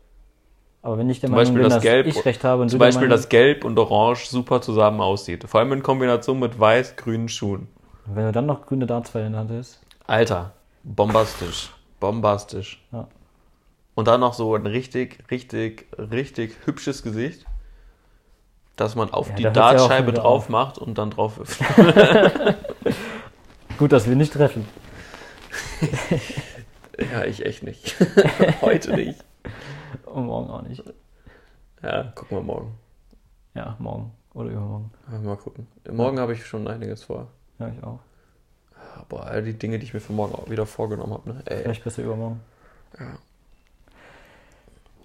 Aber wenn ich der
Zum
Meinung
Beispiel
bin,
das
dass
Gelb-
ich recht habe und
Zum
du der
Beispiel,
Meinung,
dass Gelb und Orange super zusammen aussieht. Vor allem in Kombination mit weiß-grünen Schuhen.
wenn du dann noch grüne Dartsfeile in der Hand hast,
Alter, bombastisch. bombastisch.
Ja.
Und dann noch so ein richtig, richtig, richtig hübsches Gesicht, dass man auf
Ja,
die
da hört's ja auch
Dartscheibe
wieder
drauf
auf.
macht und dann drauf wirft.
gut, dass wir nicht treffen.
ja, ich echt nicht. Heute nicht.
Und Oh, morgen auch nicht.
Ja, gucken wir morgen.
Ja, morgen oder übermorgen.
Ja, Mal gucken. Morgen habe ich schon einiges vor.
Ja, ich auch.
Boah, die Dinge, die ich mir für morgen auch wieder vorgenommen habe. Ne? Ey.
Vielleicht besser übermorgen.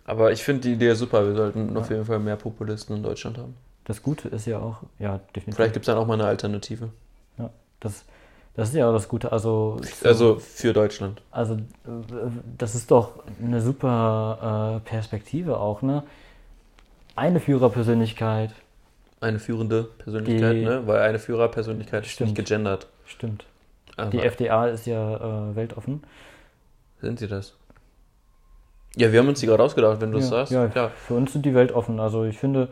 Aber ich finde die Idee super. Wir sollten auf jeden Fall mehr Populisten in Deutschland haben.
Das Gute ist ja auch, ja, definitiv.
Vielleicht gibt es dann auch mal eine Alternative.
Ja, das, das ist ja auch das Gute. Also, so-
Also für Deutschland.
also äh, das ist doch eine super äh, Perspektive auch, ne? Eine Führerpersönlichkeit,
Eine führende Persönlichkeit,
Die-
ne? Weil eine Führerpersönlichkeit ist
Stimmt.
nicht gegendert.
stimmt.
Aber
Die FDA ist ja äh, weltoffen.
sind sie das? Ja, wir haben uns die gerade ausgedacht, wenn du das
ja,
sagst.
ja,
Klar.
Für uns sind die Welt offen. Also ich finde,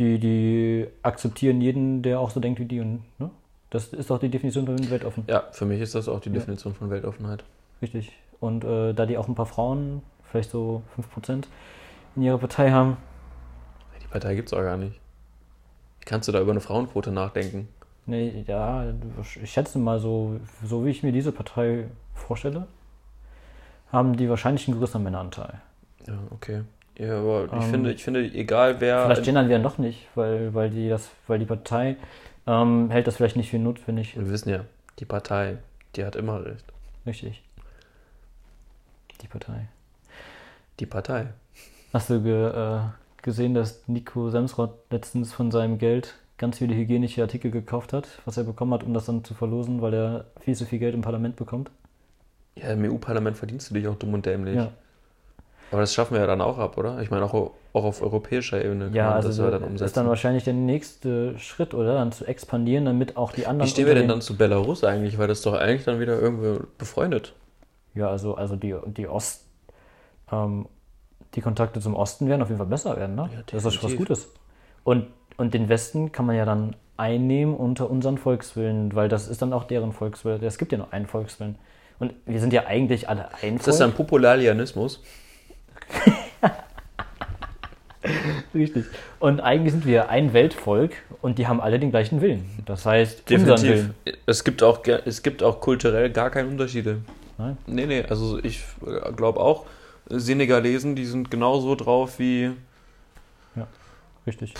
die, die akzeptieren jeden, der auch so denkt wie die. Und, ne? Das ist doch die Definition von Welt offen.
Ja, für mich ist das auch die Definition von Weltoffenheit.
Richtig. Und äh, da die auch ein paar Frauen, vielleicht so 5% in ihrer Partei haben,
Die Partei gibt's auch gar nicht. Wie kannst du da über eine Frauenquote nachdenken?
nee, ne, ja, ich schätze mal so, so wie ich mir diese Partei vorstelle, haben die wahrscheinlich einen größeren Männeranteil.
Ja, okay. Ja, aber ich
Ähm,
finde, ich finde, egal wer.
Vielleicht gendern wir noch nicht, weil, weil, die, das, weil die Partei ähm, hält das vielleicht nicht für notwendig.
wir wissen ja, die Partei, die hat immer recht.
Richtig. Die Partei.
Die Partei.
Hast du ge, äh, gesehen, dass Nico Semsrott letztens von seinem Geld ganz viele hygienische Artikel gekauft hat, was er bekommen hat, um das dann zu verlosen, weil er viel zu viel Geld im Parlament bekommt?
Ja, im EU-Parlament verdienst du dich auch dumm und dämlich.
Ja.
Aber das schaffen wir ja dann auch ab, oder? Ich meine, auch, auch auf europäischer Ebene kann
Ja,
man
also
das ja dann
das
umsetzen.
ist dann wahrscheinlich der nächste Schritt, oder? Dann zu expandieren, damit auch die anderen.
Wie stehen wir denn
unter
dann zu Belarus eigentlich? Weil das ist doch eigentlich dann wieder irgendwo befreundet.
den- Ja, also, also die, die Ost. Ähm, die Kontakte zum Osten werden auf jeden Fall besser werden, ne?
Ja,
das ist doch schon was
definitiv.
Gutes. Und, und den Westen kann man ja dann einnehmen unter unseren Volkswillen, weil das ist dann auch deren Volkswille. Es gibt ja nur einen Volkswillen. Und wir sind ja eigentlich alle ein
Ist das dann Popularianismus?
Richtig. Und eigentlich sind wir ein Weltvolk und die haben alle den gleichen Willen. Das heißt, unseren
Definitiv.
Willen.
Es gibt, auch, ge- es gibt auch kulturell gar keine Unterschiede.
Nein.
Nee, nee, also ich glaube auch, Senegalesen, die sind genauso drauf wie
Richtig.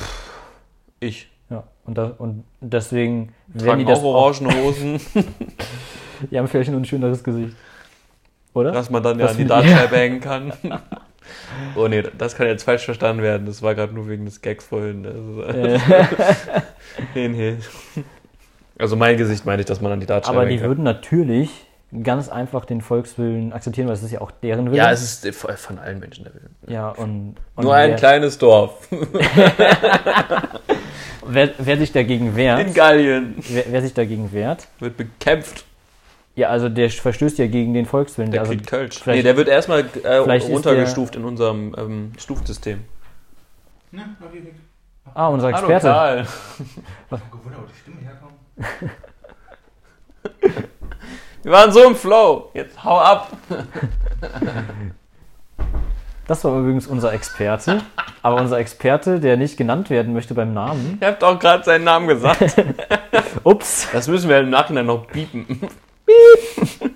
ich.
Ja. Und, da, und deswegen werden die
Tragen
das
auch
auch,
orangene Hosen.
Die haben vielleicht nur ein schöneres Gesicht. Oder?
dass man dann ja
Das
an die
mit-
Dartscheibe hängen kann. oh nee, das kann jetzt falsch verstanden werden. Das war gerade nur wegen des Gags vorhin. Also,
Äh,
nee, nee. Also mein Gesicht meine ich, dass man an die Dartscheibe
aber die
hängen kann.
würden natürlich ganz einfach den Volkswillen akzeptieren, weil es ist ja auch deren Willen.
Ja, es ist äh, von allen Menschen der Wille.
Ja, und, und
Nur ein
wer,
kleines Dorf
wer, wer sich dagegen
in
wehrt,
Gallien
wer, wer sich dagegen wehrt,
wird bekämpft.
ja, also der verstößt ja gegen den Volkswillen.
Der
also,
kriegt Kölsch.
vielleicht-
Nee, der wird erstmal äh,
vielleicht ist
runtergestuft in unserem ähm, Stufsystem.
Ne, hab ich nicht.
ah, unser
Hallo,
Experte.
Karl.
Ich hab gewundert, wo die Stimme herkommt.
Wir waren so im Flow. Jetzt hau ab.
Das war übrigens unser Experte. Aber unser Experte, der nicht genannt werden möchte beim Namen.
Ihr habt auch gerade seinen Namen gesagt.
Ups.
Das müssen wir im Nachhinein noch piepen. Piep.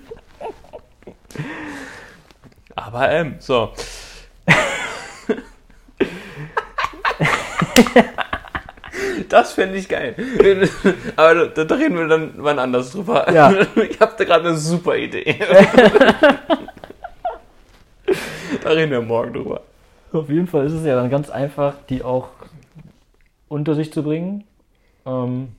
Aber ähm, so. Das fände ich geil. Aber da, da reden wir dann wann anders drüber.
Ja.
Ich habe da gerade eine super Idee. Da reden wir morgen drüber.
Auf jeden Fall ist es ja dann ganz einfach, die auch unter sich zu bringen. Ähm,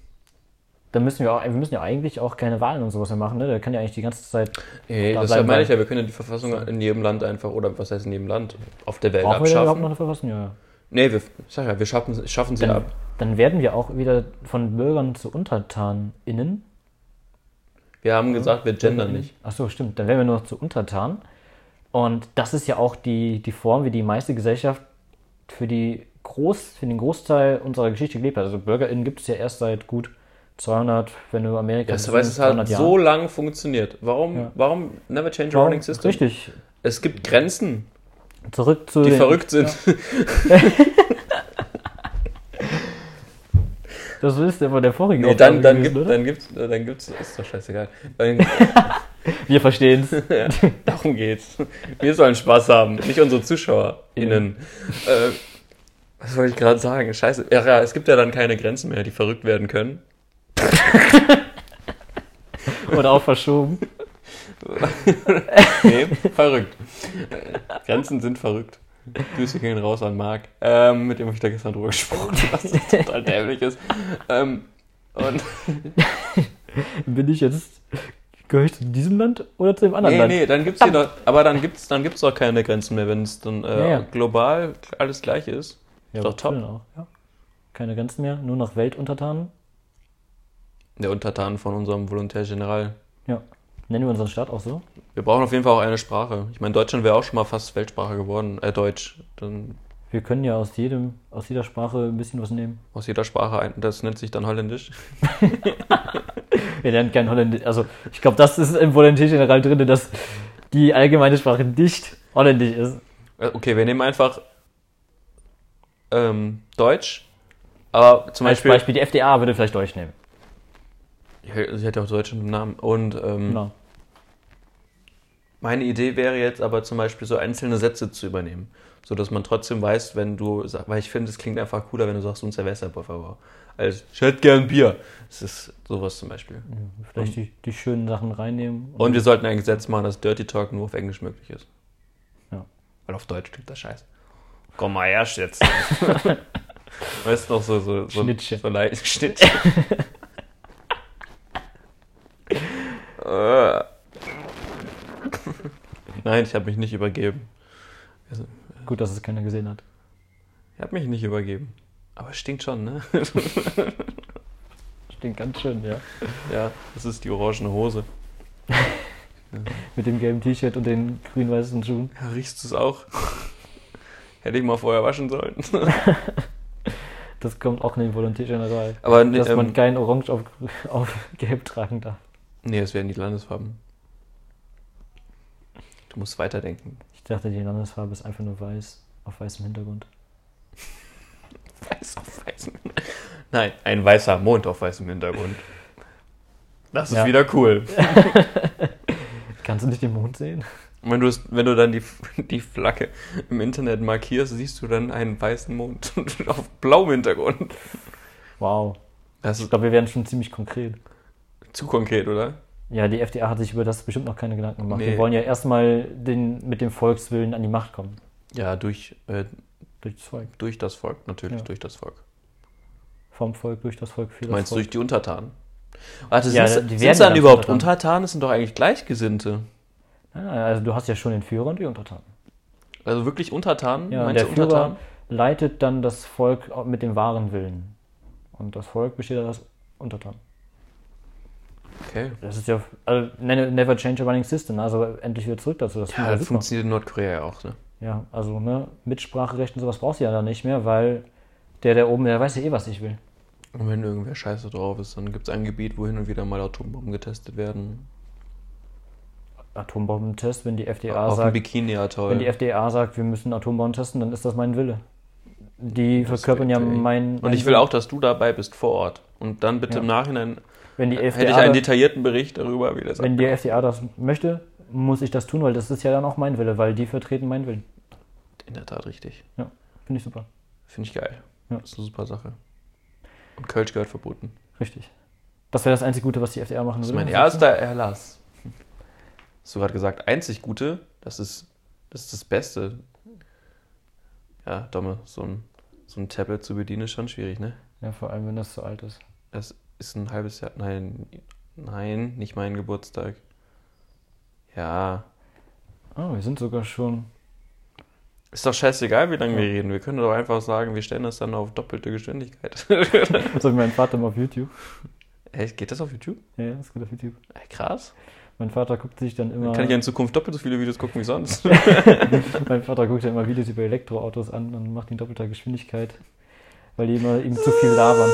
da müssen wir auch, wir müssen ja eigentlich auch keine Wahlen und sowas mehr machen. Ne? Der kann ja eigentlich die ganze Zeit.
Hey,
Da
das
bleiben
meine
wir.
ich ja, wir können ja die Verfassung in jedem Land einfach, oder was heißt in jedem Land, auf der Welt
Brauchen wir da überhaupt noch
abschaffen.
eine Verfassung? Ja, ja.
Nee, wir, sag ja, wir schaffen, schaffen sie
Dann,
ab.
dann werden wir auch wieder von Bürgern zu Untertanen innen.
Wir haben gesagt, wir gendern nicht.
Ach so, stimmt. Dann werden wir nur noch zu Untertan. Und das ist ja auch die, die Form, wie die meiste Gesellschaft für, die Groß, für den Großteil unserer Geschichte gelebt hat. Also BürgerInnen gibt es ja erst seit gut 200, wenn du Amerika
Das weiß, es hat so lange funktioniert. Warum,
Ja.
warum never change a
Warum?
running system?
Richtig.
Es gibt Grenzen,
Zurück zu
die
den,
verrückt sind.
Das ist ja von der vorigen
Nee,
Aufnahme
dann, dann,
gewesen,
gibt,
oder?
dann, gibt's, dann gibt's, ist doch scheißegal. Dann,
Wir verstehen es.
ja, darum geht's. Wir sollen Spaß haben, nicht unsere ZuschauerInnen. äh, was wollte ich gerade sagen? Scheiße. Ja, ja, es gibt ja dann keine Grenzen mehr, die verrückt werden können.
Oder auch verschoben.
nee, verrückt. Äh, Grenzen sind verrückt. Grüße gehen raus an Marc, ähm, mit dem habe ich da gestern drüber gesprochen, was total dämlich ist. Ähm, und
Bin ich jetzt. Gehöre ich zu diesem Land oder zu dem anderen
nee,
Land?
nee, dann gibt's hier doch, aber dann gibt's, dann gibt's doch keine Grenzen mehr, wenn es dann äh,
Ja, ja.
global alles gleich ist.
Ja,
Ist doch top.
Genau. Ja. Keine Grenzen mehr, nur noch Weltuntertanen.
Der Untertan von unserem Volontärgeneral.
Ja. Nennen wir unseren Staat auch so.
Wir brauchen auf jeden Fall auch eine Sprache. Ich meine, Deutschland wäre auch schon mal fast Weltsprache geworden, äh, Deutsch. Dann
Wir können ja aus jedem, aus jeder Sprache ein bisschen was nehmen.
aus jeder Sprache ein, das nennt sich dann Holländisch.
Wir lernen kein Holländisch. Also, ich glaube, das ist im Volontärgeneral drin, dass die allgemeine Sprache nicht holländisch ist.
Äh, Okay, wir nehmen einfach ähm, Deutsch, aber zum
Zum Beispiel, Beispiel
Beispiel,
die FDA würde vielleicht Deutsch nehmen.
Ja, Sie hat ja auch Deutschland im Namen. Und ähm,
Genau.
meine Idee wäre jetzt aber zum Beispiel so einzelne Sätze zu übernehmen, so dass man trotzdem weiß, wenn du, sa- weil ich finde, es klingt einfach cooler, wenn du sagst, un Cerveza, por favor, als Also, ich hätte gern Bier. Es ist sowas zum Beispiel.
Vielleicht die, die schönen Sachen reinnehmen.
Und wir sollten ein Gesetz machen, dass Dirty Talk nur auf Englisch möglich ist.
Ja.
Weil auf Deutsch klingt das scheiße. Komm mal her, Schätz. weißt du noch, so, so, so,
Schnittchen.
so leicht. Schnittchen. Äh. Nein, ich habe mich nicht übergeben.
Gut, dass es keiner gesehen hat.
Ich habe mich nicht übergeben. Aber es stinkt schon, ne?
Stinkt ganz schön, ja.
ja, das ist die orangene Hose.
Mit dem gelben T-Shirt und den grün-weißen Schuhen.
Ja, riechst du es auch? Hätte ich mal vorher waschen sollen.
Das kommt auch in den Volontärgeneral.
Aber
Dass
ähm,
man kein Orange auf, auf Gelb tragen darf.
Nee, es wären die Landesfarben. Du musst weiterdenken.
Ich dachte, die Landesfarbe ist einfach nur weiß auf weißem Hintergrund.
Weiß auf weißem Nein, ein weißer Mond auf weißem Hintergrund. Das ist
Ja.
wieder cool.
Kannst du nicht den Mond sehen?
Wenn du, es- wenn du dann die, die Flagge im Internet markierst, siehst du dann einen weißen Mond auf blauem Hintergrund.
Wow.
Das
Ich
ist
glaube, wir werden schon ziemlich konkret.
zu konkret, oder?
Ja, die FDA hat sich über das bestimmt noch keine Gedanken gemacht.
Nee.
Wir wollen ja erstmal den, mit dem Volkswillen an die Macht kommen.
Ja, durch, äh,
Durch das Volk.
durch das Volk, natürlich,
Ja.
durch das Volk.
Vom Volk, durch das Volk, für
Du
das
meinst
Volk.
durch die Untertanen? Warte,
Ja,
sind
die
es
werden
dann,
dann
überhaupt
Untertanen.
Untertanen? Das sind doch eigentlich Gleichgesinnte.
Nein, nein, also du hast ja schon den Führer und die Untertanen.
Also wirklich Untertanen?
Ja, und
meinst
der
du
Führer
Untertanen?
leitet dann das Volk auch mit dem wahren Willen. Und das Volk besteht aus Untertanen.
Okay.
Das ist ja, also ne- never change a running system, also endlich wieder zurück dazu. Das
Ja,
finde ich
das
super.
funktioniert in Nordkorea ja auch, ne?
Ja, also ne, Mitspracherecht und sowas brauchst du ja dann nicht mehr, weil der da oben, der weiß ja eh, was ich will.
Und wenn irgendwer scheiße drauf ist, dann gibt es ein Gebiet, wo hin und wieder mal Atombomben getestet werden.
Atombombentest, wenn die FDA
Auf dem
sagt,
Bikini-Atoll.
wenn die FDA sagt, wir müssen Atombomben testen, dann ist das mein Wille. Die
Das
verkörpern ja
wird, ey.
meinen.
Äh,
äh,
Und ich will auch, dass du dabei bist vor Ort. Und dann bitte
Ja.
im Nachhinein
wenn die
hätte ich einen
FDA, da-
detaillierten Bericht darüber, wie das
wenn die FDA das möchte, muss ich das tun, weil das ist ja dann auch mein Wille, weil die vertreten meinen Willen.
in der Tat richtig.
Finde ich super.
Finde ich geil.
Ja.
Das ist eine super Sache. Und Kölsch gehört verboten.
Richtig. Das wäre das einzige Gute, was die FDA machen
Das ist
würde.
mein erster Erlass. Hast du gerade Hm. gesagt, einzig Gute, das ist das, ist das Beste. Ja, Domme, so ein, so ein Tablet zu bedienen ist schon schwierig, ne?
Ja, vor allem, wenn das zu alt ist.
Das ist ein halbes Jahr. Nein, nein, nicht mein Geburtstag. Ja.
Ah, wir sind sogar schon.
Ist doch scheißegal, wie lange wir reden. Wir können doch einfach sagen, wir stellen das dann auf doppelte Geschwindigkeit.
So wie mein Vater mal auf YouTube.
Echt, geht das auf YouTube?
Ja, ja, ist gut auf YouTube.
Ey, Krass.
Mein Vater guckt sich dann immer.
Dann kann ich ja in Zukunft doppelt so viele Videos gucken wie sonst.
mein Vater guckt ja immer Videos über Elektroautos an und macht ihn doppelter Geschwindigkeit, weil die immer ihm zu viel labern.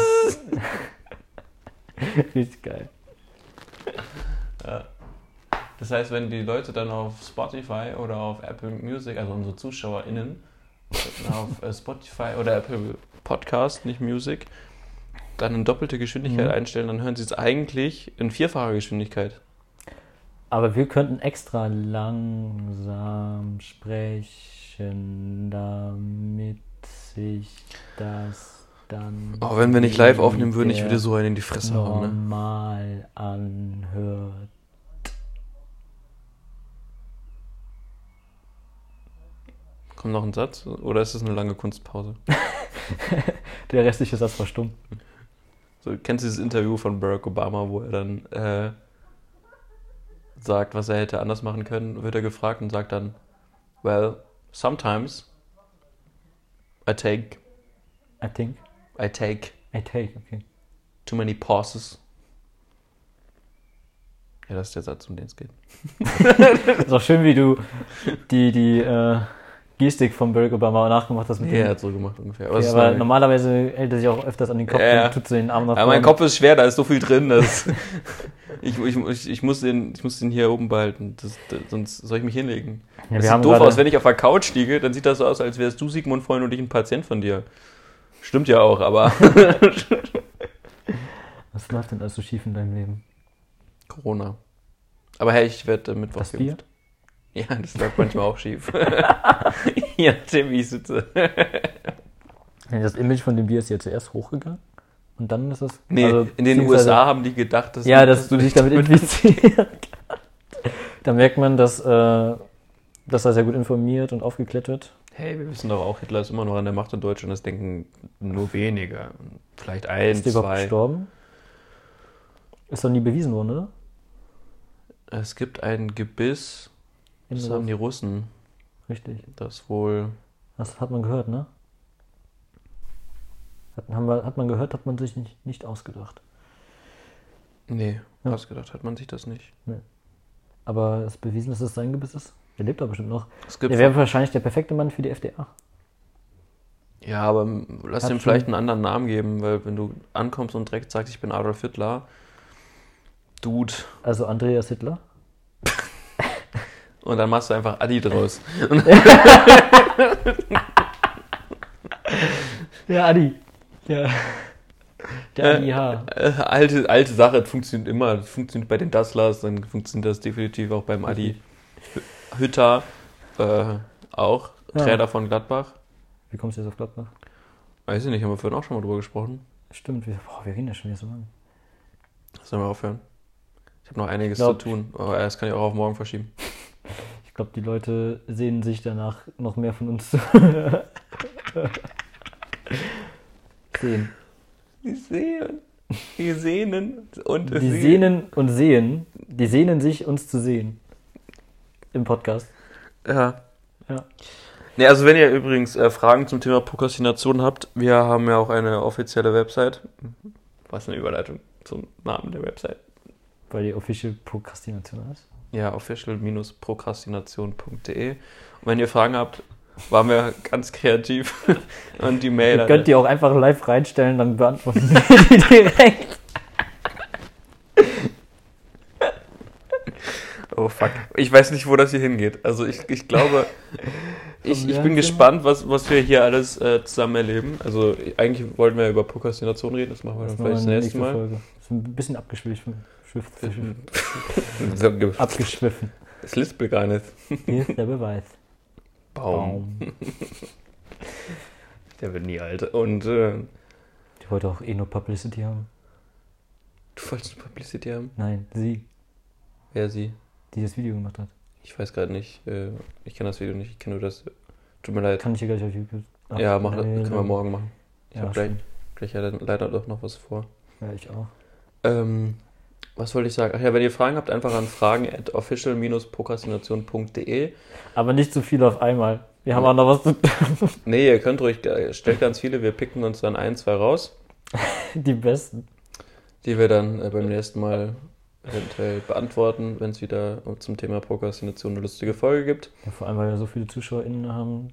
Richtig geil.
Das heißt, wenn die Leute dann auf Spotify oder auf Apple Music, also unsere ZuschauerInnen, auf äh, Spotify oder Apple Podcast, nicht Music, dann in doppelte Geschwindigkeit
Mhm.
einstellen, dann hören sie es eigentlich in vierfacher Geschwindigkeit.
Aber wir könnten extra langsam sprechen, damit sich das dann
Oh, wenn wir nicht live aufnehmen würden, ich
der
würde so einen in die Fresse hauen, ne?
normal anhört.
Kommt noch ein Satz? Oder ist das eine lange Kunstpause?
Der restliche Satz war stumm.
So, kennst du dieses Interview von Barack Obama, wo er dann äh, sagt, was er hätte anders machen können? Wird er gefragt und sagt dann, well, sometimes I take,
I think.
I take
I take, okay.
too many pauses. Ja, das ist der Satz, um den es geht.
Ist auch schön, wie du die, die äh, Gestik von Barack Obama nachgemacht hast. Mit
Ja, er
dem.
hat so gemacht ungefähr.
Okay,
es ist
Mhm. aber
eine-
normalerweise hält er sich auch öfters an den Kopf um
Ja.
und tut so den Arm nach
Ja, mein Kopf ist schwer, da ist so viel drin. Dass ich, ich, ich, ich, muss den, ich muss den hier oben behalten, das, das, sonst soll ich mich hinlegen.
Ja,
das
wir
sieht
haben
doof
gerade-
aus, wenn ich auf der Couch liege, dann sieht das so aus, als wärst du Sigmund Freund und ich ein Patient von dir. Stimmt ja auch, aber
Was läuft denn alles so schief in deinem Leben?
Corona. Aber hey, ich werde äh, Mittwoch
Das Bier?
geimpft. Ja, das läuft manchmal auch schief. ja, Tim, ich sitze.
Ja, Das Image von dem Bier ist ja zuerst hochgegangen und dann ist das.
Nee,
also,
in den
beziehungsweise-
USA haben die gedacht, dass,
Ja, dass du dich damit infiziert. da merkt man, dass, äh, dass er sehr gut informiert und aufgeklärt wird.
Hey, wir wissen doch auch, Hitler ist immer noch an der Macht in Deutschland, das denken nur wenige. Vielleicht ein,
Ist der überhaupt
zwei.
gestorben? Ist doch nie bewiesen worden, oder?
Es gibt ein Gebiss, das haben die Russen,
Richtig.
das wohl.
Das hat man gehört, ne? Hat, haben wir, hat man gehört, hat man sich nicht, nicht ausgedacht.
Nee,
Ja.
ausgedacht hat man sich das nicht.
Aber es ist bewiesen, dass es sein Gebiss ist. Er lebt doch bestimmt noch.
Es
Er
gibt,
wäre wahrscheinlich der perfekte Mann für die FDA.
ja, aber m, lass
Hat
dem
schon-
vielleicht einen anderen Namen geben, weil wenn du ankommst und direkt sagst, ich bin Adolf Hitler, Dude,
Also Andreas Hitler.
und dann machst du einfach Adi draus.
Ja, Adi. Ja. Der Adi
Äh,
H.
Äh, alte, alte Sache, das funktioniert immer. Das funktioniert bei den Dasslers, dann funktioniert das definitiv auch beim Adi. Hü- Hütter äh, auch,
Ja.
Trainer von Gladbach.
Wie kommst du jetzt auf Gladbach?
Weiß ich nicht, haben wir vorhin auch schon mal drüber gesprochen.
Stimmt, wir, boah, wir reden ja schon wieder so lange.
Sollen wir aufhören? Ich habe noch einiges
Glaub-
zu tun. Aber das kann ich auch auf morgen verschieben.
Ich glaube, die Leute sehen sich danach noch mehr von uns sehen.
Die Sehnen. Die Sehnen. Und
Die sehnen und sehen, die sehnen sich, uns zu sehen. Im Podcast.
Ja.
Ja.
Nee, also wenn ihr übrigens äh, Fragen zum Thema Prokrastination habt, wir haben ja auch eine offizielle Website. Was eine Überleitung zum Namen der Website.
Weil die Official Prokrastination ist.
Ja, official-prokrastination.de. Und wenn ihr Fragen habt, waren wir ganz kreativ. Und die Mail.
Ihr könnt die auch einfach live reinstellen, dann beantworten wir die direkt.
Oh fuck. Ich weiß nicht, wo das hier hingeht. Also ich, ich glaube, ich, ich
Lernzimmer?
bin gespannt, was, was wir hier alles äh, zusammen erleben. Also eigentlich wollten wir ja über Prokrastination reden, das machen wir dann
machen wir
vielleicht das
in der
nächste
nächsten
Mal.
Folge. Ist ein bisschen abgeschwiffen. Schwiff- schwiff-
So ge-
Abgeschwiffen.
Das lispelt gar nicht.
Hier ist der Beweis.
Baum. Der wird nie alt. Und äh, du
Die wollte auch eh nur Publicity haben.
wolltest eine Publicity haben?
Nein, sie,
Wer sie?
die das Video gemacht hat.
Ich weiß gerade nicht. Äh, ich kenne das Video nicht. Ich kenne nur das. Tut mir leid.
Kann ich ja gleich auf YouTube. Ach,
ja, mach,
äh,
das können wir morgen machen. Ich
Ja,
habe gleich,
stimmt.
gleich ja dann leider doch noch was vor.
ja, ich auch.
Ähm, was wollte ich sagen? Ach ja, wenn ihr Fragen habt, einfach an fragen at official-prokrastination.de.
Aber nicht zu viel auf einmal. Wir haben auch noch was zu tun.
Nee, ihr könnt ruhig, äh, stellt ganz viele, wir picken uns dann ein, zwei raus,
Die besten.
die wir dann äh, beim nächsten Mal eventuell beantworten, wenn es wieder zum Thema Prokrastination eine lustige Folge gibt.
Ja, vor allem, weil wir so viele ZuschauerInnen haben.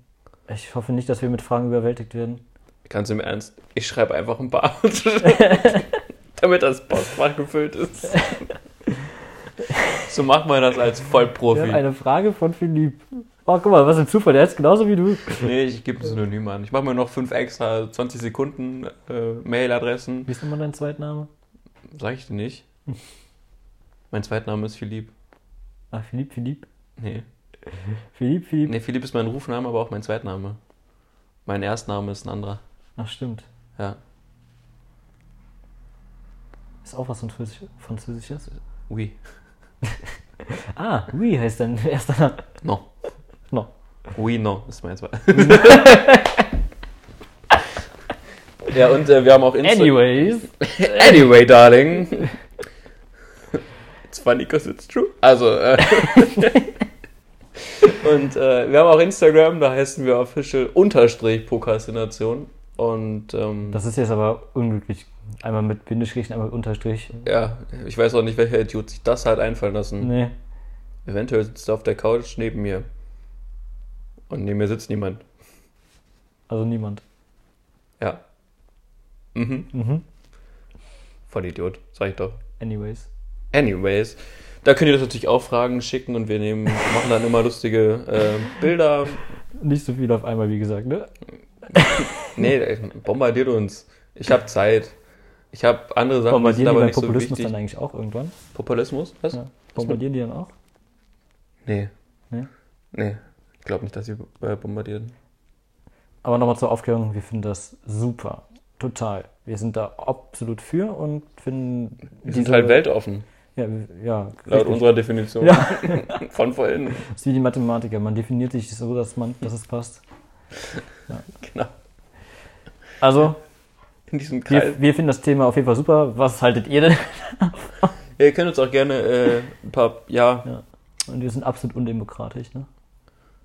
Ich hoffe nicht, dass wir mit Fragen überwältigt werden.
Ganz im Ernst, ich schreibe einfach ein paar, damit das Postfach gefüllt ist. so macht man das als
Wir haben
Vollprofi.
eine Frage von Philipp. Oh, guck mal, was ein Zufall. Der ist genauso wie du.
Nee, ich gebe ein Synonym an. Ich mache mir noch fünf extra 20 Sekunden äh, Mailadressen.
Wie ist nochmal dein Zweitname?
Sag ich dir nicht. mein Zweitname ist Philipp.
Ah, Philipp, Philipp.
Nee.
Philipp, Philipp.
Nee, Philipp ist mein Rufname, aber auch mein Zweitname. Mein Erstname ist ein anderer.
Ach, stimmt.
Ja.
Ist auch was Französisch- Französisches?
Oui.
Ah, oui heißt dein erster Name.
Non.
No.
Oui, non, ist mein zweiter. ja, und äh, wir haben auch Insta
Anyways.
Anyway, darling. It's funny because it's true. Also, äh, und äh, wir haben auch Instagram, da heißen wir official unterstrich Prokrastination. Und ähm,
Das ist jetzt aber unglücklich. Einmal mit Bindestrichen, einmal mit Unterstrich.
ja, ich weiß auch nicht, welcher Idiot sich das hat einfallen lassen.
Nee.
Eventuell sitzt er auf der Couch neben mir. Und neben mir sitzt niemand.
Also niemand.
Ja. Mhm.
Mhm.
Voll Idiot, sag ich doch.
Anyways.
Anyways, da könnt ihr das natürlich auch Fragen schicken und wir nehmen, machen dann immer lustige äh, Bilder.
Nicht so viel auf einmal, wie gesagt, ne?
Nee, ey, bombardiert uns. Ich habe Zeit. Ich habe andere Sachen, die sind
Bombardieren die
aber
beim
nicht so
Populismus
wichtig.
dann eigentlich auch irgendwann?
Populismus? Was?
Ja. Bombardieren die dann auch?
Nee.
Nee?
Nee. Ich glaube nicht, dass sie äh, bombardieren.
Aber nochmal zur Aufklärung, wir finden das super. Total. Wir sind da absolut für und finden.
Die sind halt weltoffen,
Ja, wir- ja
laut
richtig.
unserer Definition
Ja,
von vorhin.
das ist wie die Mathematiker. Man definiert sich so, dass, man, dass es passt.
Genau.
Also,
In diesem Kreis.
wir, wir finden das Thema auf jeden Fall super. Was haltet ihr denn?
Ja, ihr könnt uns auch gerne äh, ein paar, ja,
Und wir sind absolut undemokratisch, ne?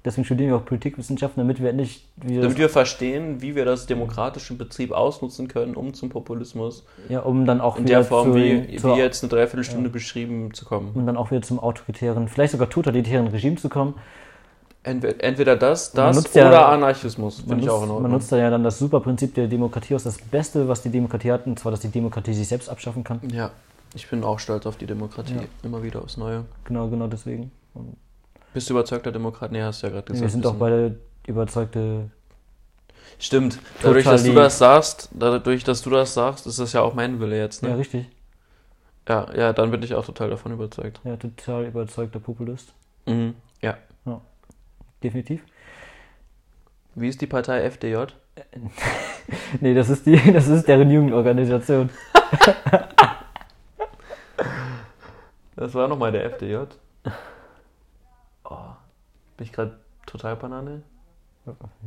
Deswegen studieren wir auch Politikwissenschaften, damit wir endlich wieder.
damit wir verstehen, wie wir das demokratische Prinzip ausnutzen können, um zum Populismus
ja, um dann auch
in
wieder
der Form,
zu,
wie,
zur,
wie jetzt eine Dreiviertelstunde beschrieben, zu kommen.
um dann auch wieder zum autoritären, vielleicht sogar totalitären Regime zu kommen.
Entweder, entweder das,
Man
das
nutzt ja-
oder Anarchismus.
Man
Finde ich
nutzt,
auch in Ordnung.
man nutzt da ja dann das super Prinzip der Demokratie aus, das Beste, was die Demokratie hat, und zwar, dass die Demokratie sich selbst abschaffen kann.
ja, ich bin auch stolz auf die Demokratie.
Ja.
Immer wieder aufs Neue.
Genau, genau deswegen. Und
Bist du überzeugter Demokrat? Nee, hast du ja gerade gesagt.
wir sind auch
bisschen.
beide überzeugte.
Stimmt. Dadurch, dass du
Totali-
das sagst, dadurch, dass du das sagst, ist das ja auch mein Wille jetzt.
Ja,
Ne?
richtig.
Ja, ja, dann bin ich auch total davon überzeugt.
Ja, total überzeugter Populist.
Mhm. Ja.
Definitiv.
Wie ist die Partei FDJ?
Nee, das ist die, das ist deren Jugendorganisation.
Das war nochmal der FDJ. Oh. Bin ich gerade total Banane?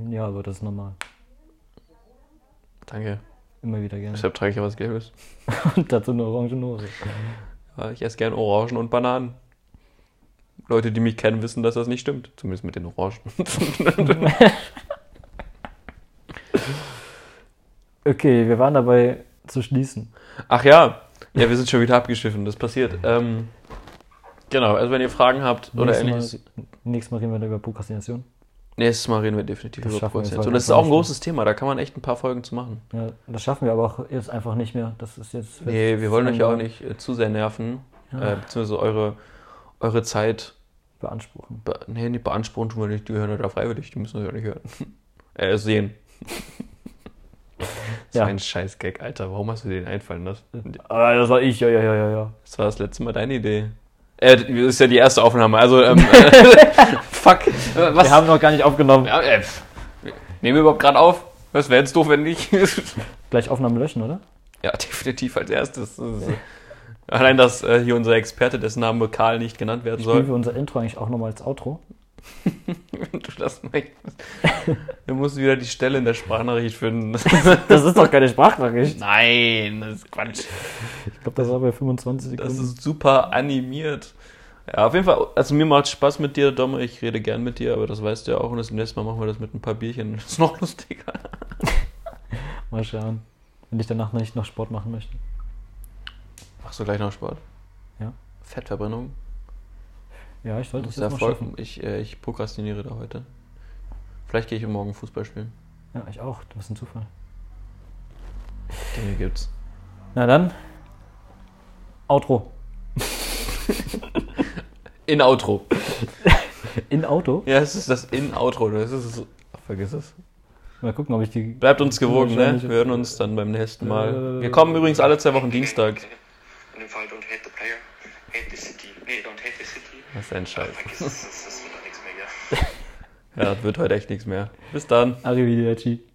Ja, aber das ist normal.
Danke.
Immer wieder gerne.
Deshalb trage ich ja was Gelbes.
Und dazu eine orange Hose.
Ja, Ich esse gern Orangen und Bananen. Leute, die mich kennen, wissen, dass das nicht stimmt. Zumindest mit den Orangen.
Okay, wir waren dabei zu schließen.
Ach ja. Ja, wir sind schon wieder abgeschiffen. Das passiert. Ähm, genau, also wenn ihr Fragen habt oder ähnliches.
nächstes Mal, nächstes Mal reden wir dann über Prokrastination.
Nächstes Mal reden wir definitiv
Das
über
schaffen wir jetzt
Prokrastination.
heute
Und das ist auch ein
nicht, ne?
großes Thema. Da kann man echt ein paar Folgen zu machen.
Ja, das schaffen wir aber auch jetzt einfach nicht mehr. Das ist jetzt.
Nee, wir wollen euch ja auch nicht äh, zu sehr nerven.
Ja.
Äh, beziehungsweise eure, eure Zeit.
beanspruchen.
Be nee, nicht beanspruchen tun wir nicht. Die hören ja da freiwillig. Die müssen das ja nicht hören. äh, sehen. Das
Ja.
war ein Scheißgag, Alter. Warum hast du dir den einfallen lassen?
Ah, das war ich, ja, ja, ja, ja, ja.
Das war das letzte Mal deine Idee. Äh, das ist ja die erste Aufnahme. Also, ähm, fuck. Äh, Was?
Wir haben noch gar nicht aufgenommen.
Ja, äh, pf. nehmen wir überhaupt gerade auf? Das wäre jetzt doof, wenn nicht.
Gleich Aufnahmen löschen, oder?
ja, definitiv als erstes. Das ist, äh, Allein, dass äh, hier unser Experte, dessen Name Karl nicht genannt werden
Spielen
soll.
wir unser Intro eigentlich auch nochmal als Outro?
Wenn du das möchtest. Wir mussten wieder die Stelle in der Sprachnachricht finden.
Das ist doch keine Sprachnachricht.
Nein, das ist Quatsch.
Ich glaube, das war bei 25 Sekunden.
Das ist super animiert. Ja, auf jeden Fall, also mir macht Spaß mit dir, Domme. Ich rede gern mit dir, aber das weißt du ja auch. Und das nächste Mal machen wir das mit ein paar Bierchen. Das ist noch lustiger.
Mal schauen. Wenn ich danach nicht noch Sport machen möchte.
Machst du gleich noch Sport?
Ja.
Fettverbrennung.
Ja, ich sollte
Das
das
ist
jetzt mal
Erfolg.
schaffen.
Ich, äh, ich prokrastiniere da heute. Vielleicht gehe ich morgen Fußball spielen.
Ja, ich auch. Das ist ein Zufall.
Dinge gibt's.
Na dann. Outro.
In Outro.
In Auto.
Ja, es ist das In Outro. Das ist es. Vergiss es.
Mal gucken, ob ich die.
Bleibt uns gewogen, ne?
Wahrscheinlich-
Wir hören uns dann beim nächsten Mal.
Äh,
Wir kommen übrigens alle zwei Wochen Dienstag.
And if I don't hate the player, hate the city. Nee, don't hate the city.
Das ist ein Scheiß.
Vergiss es, es ist wieder nichts mehr, ja.
Ja, das wird heute echt nichts mehr. Bis dann.
Arrivederci.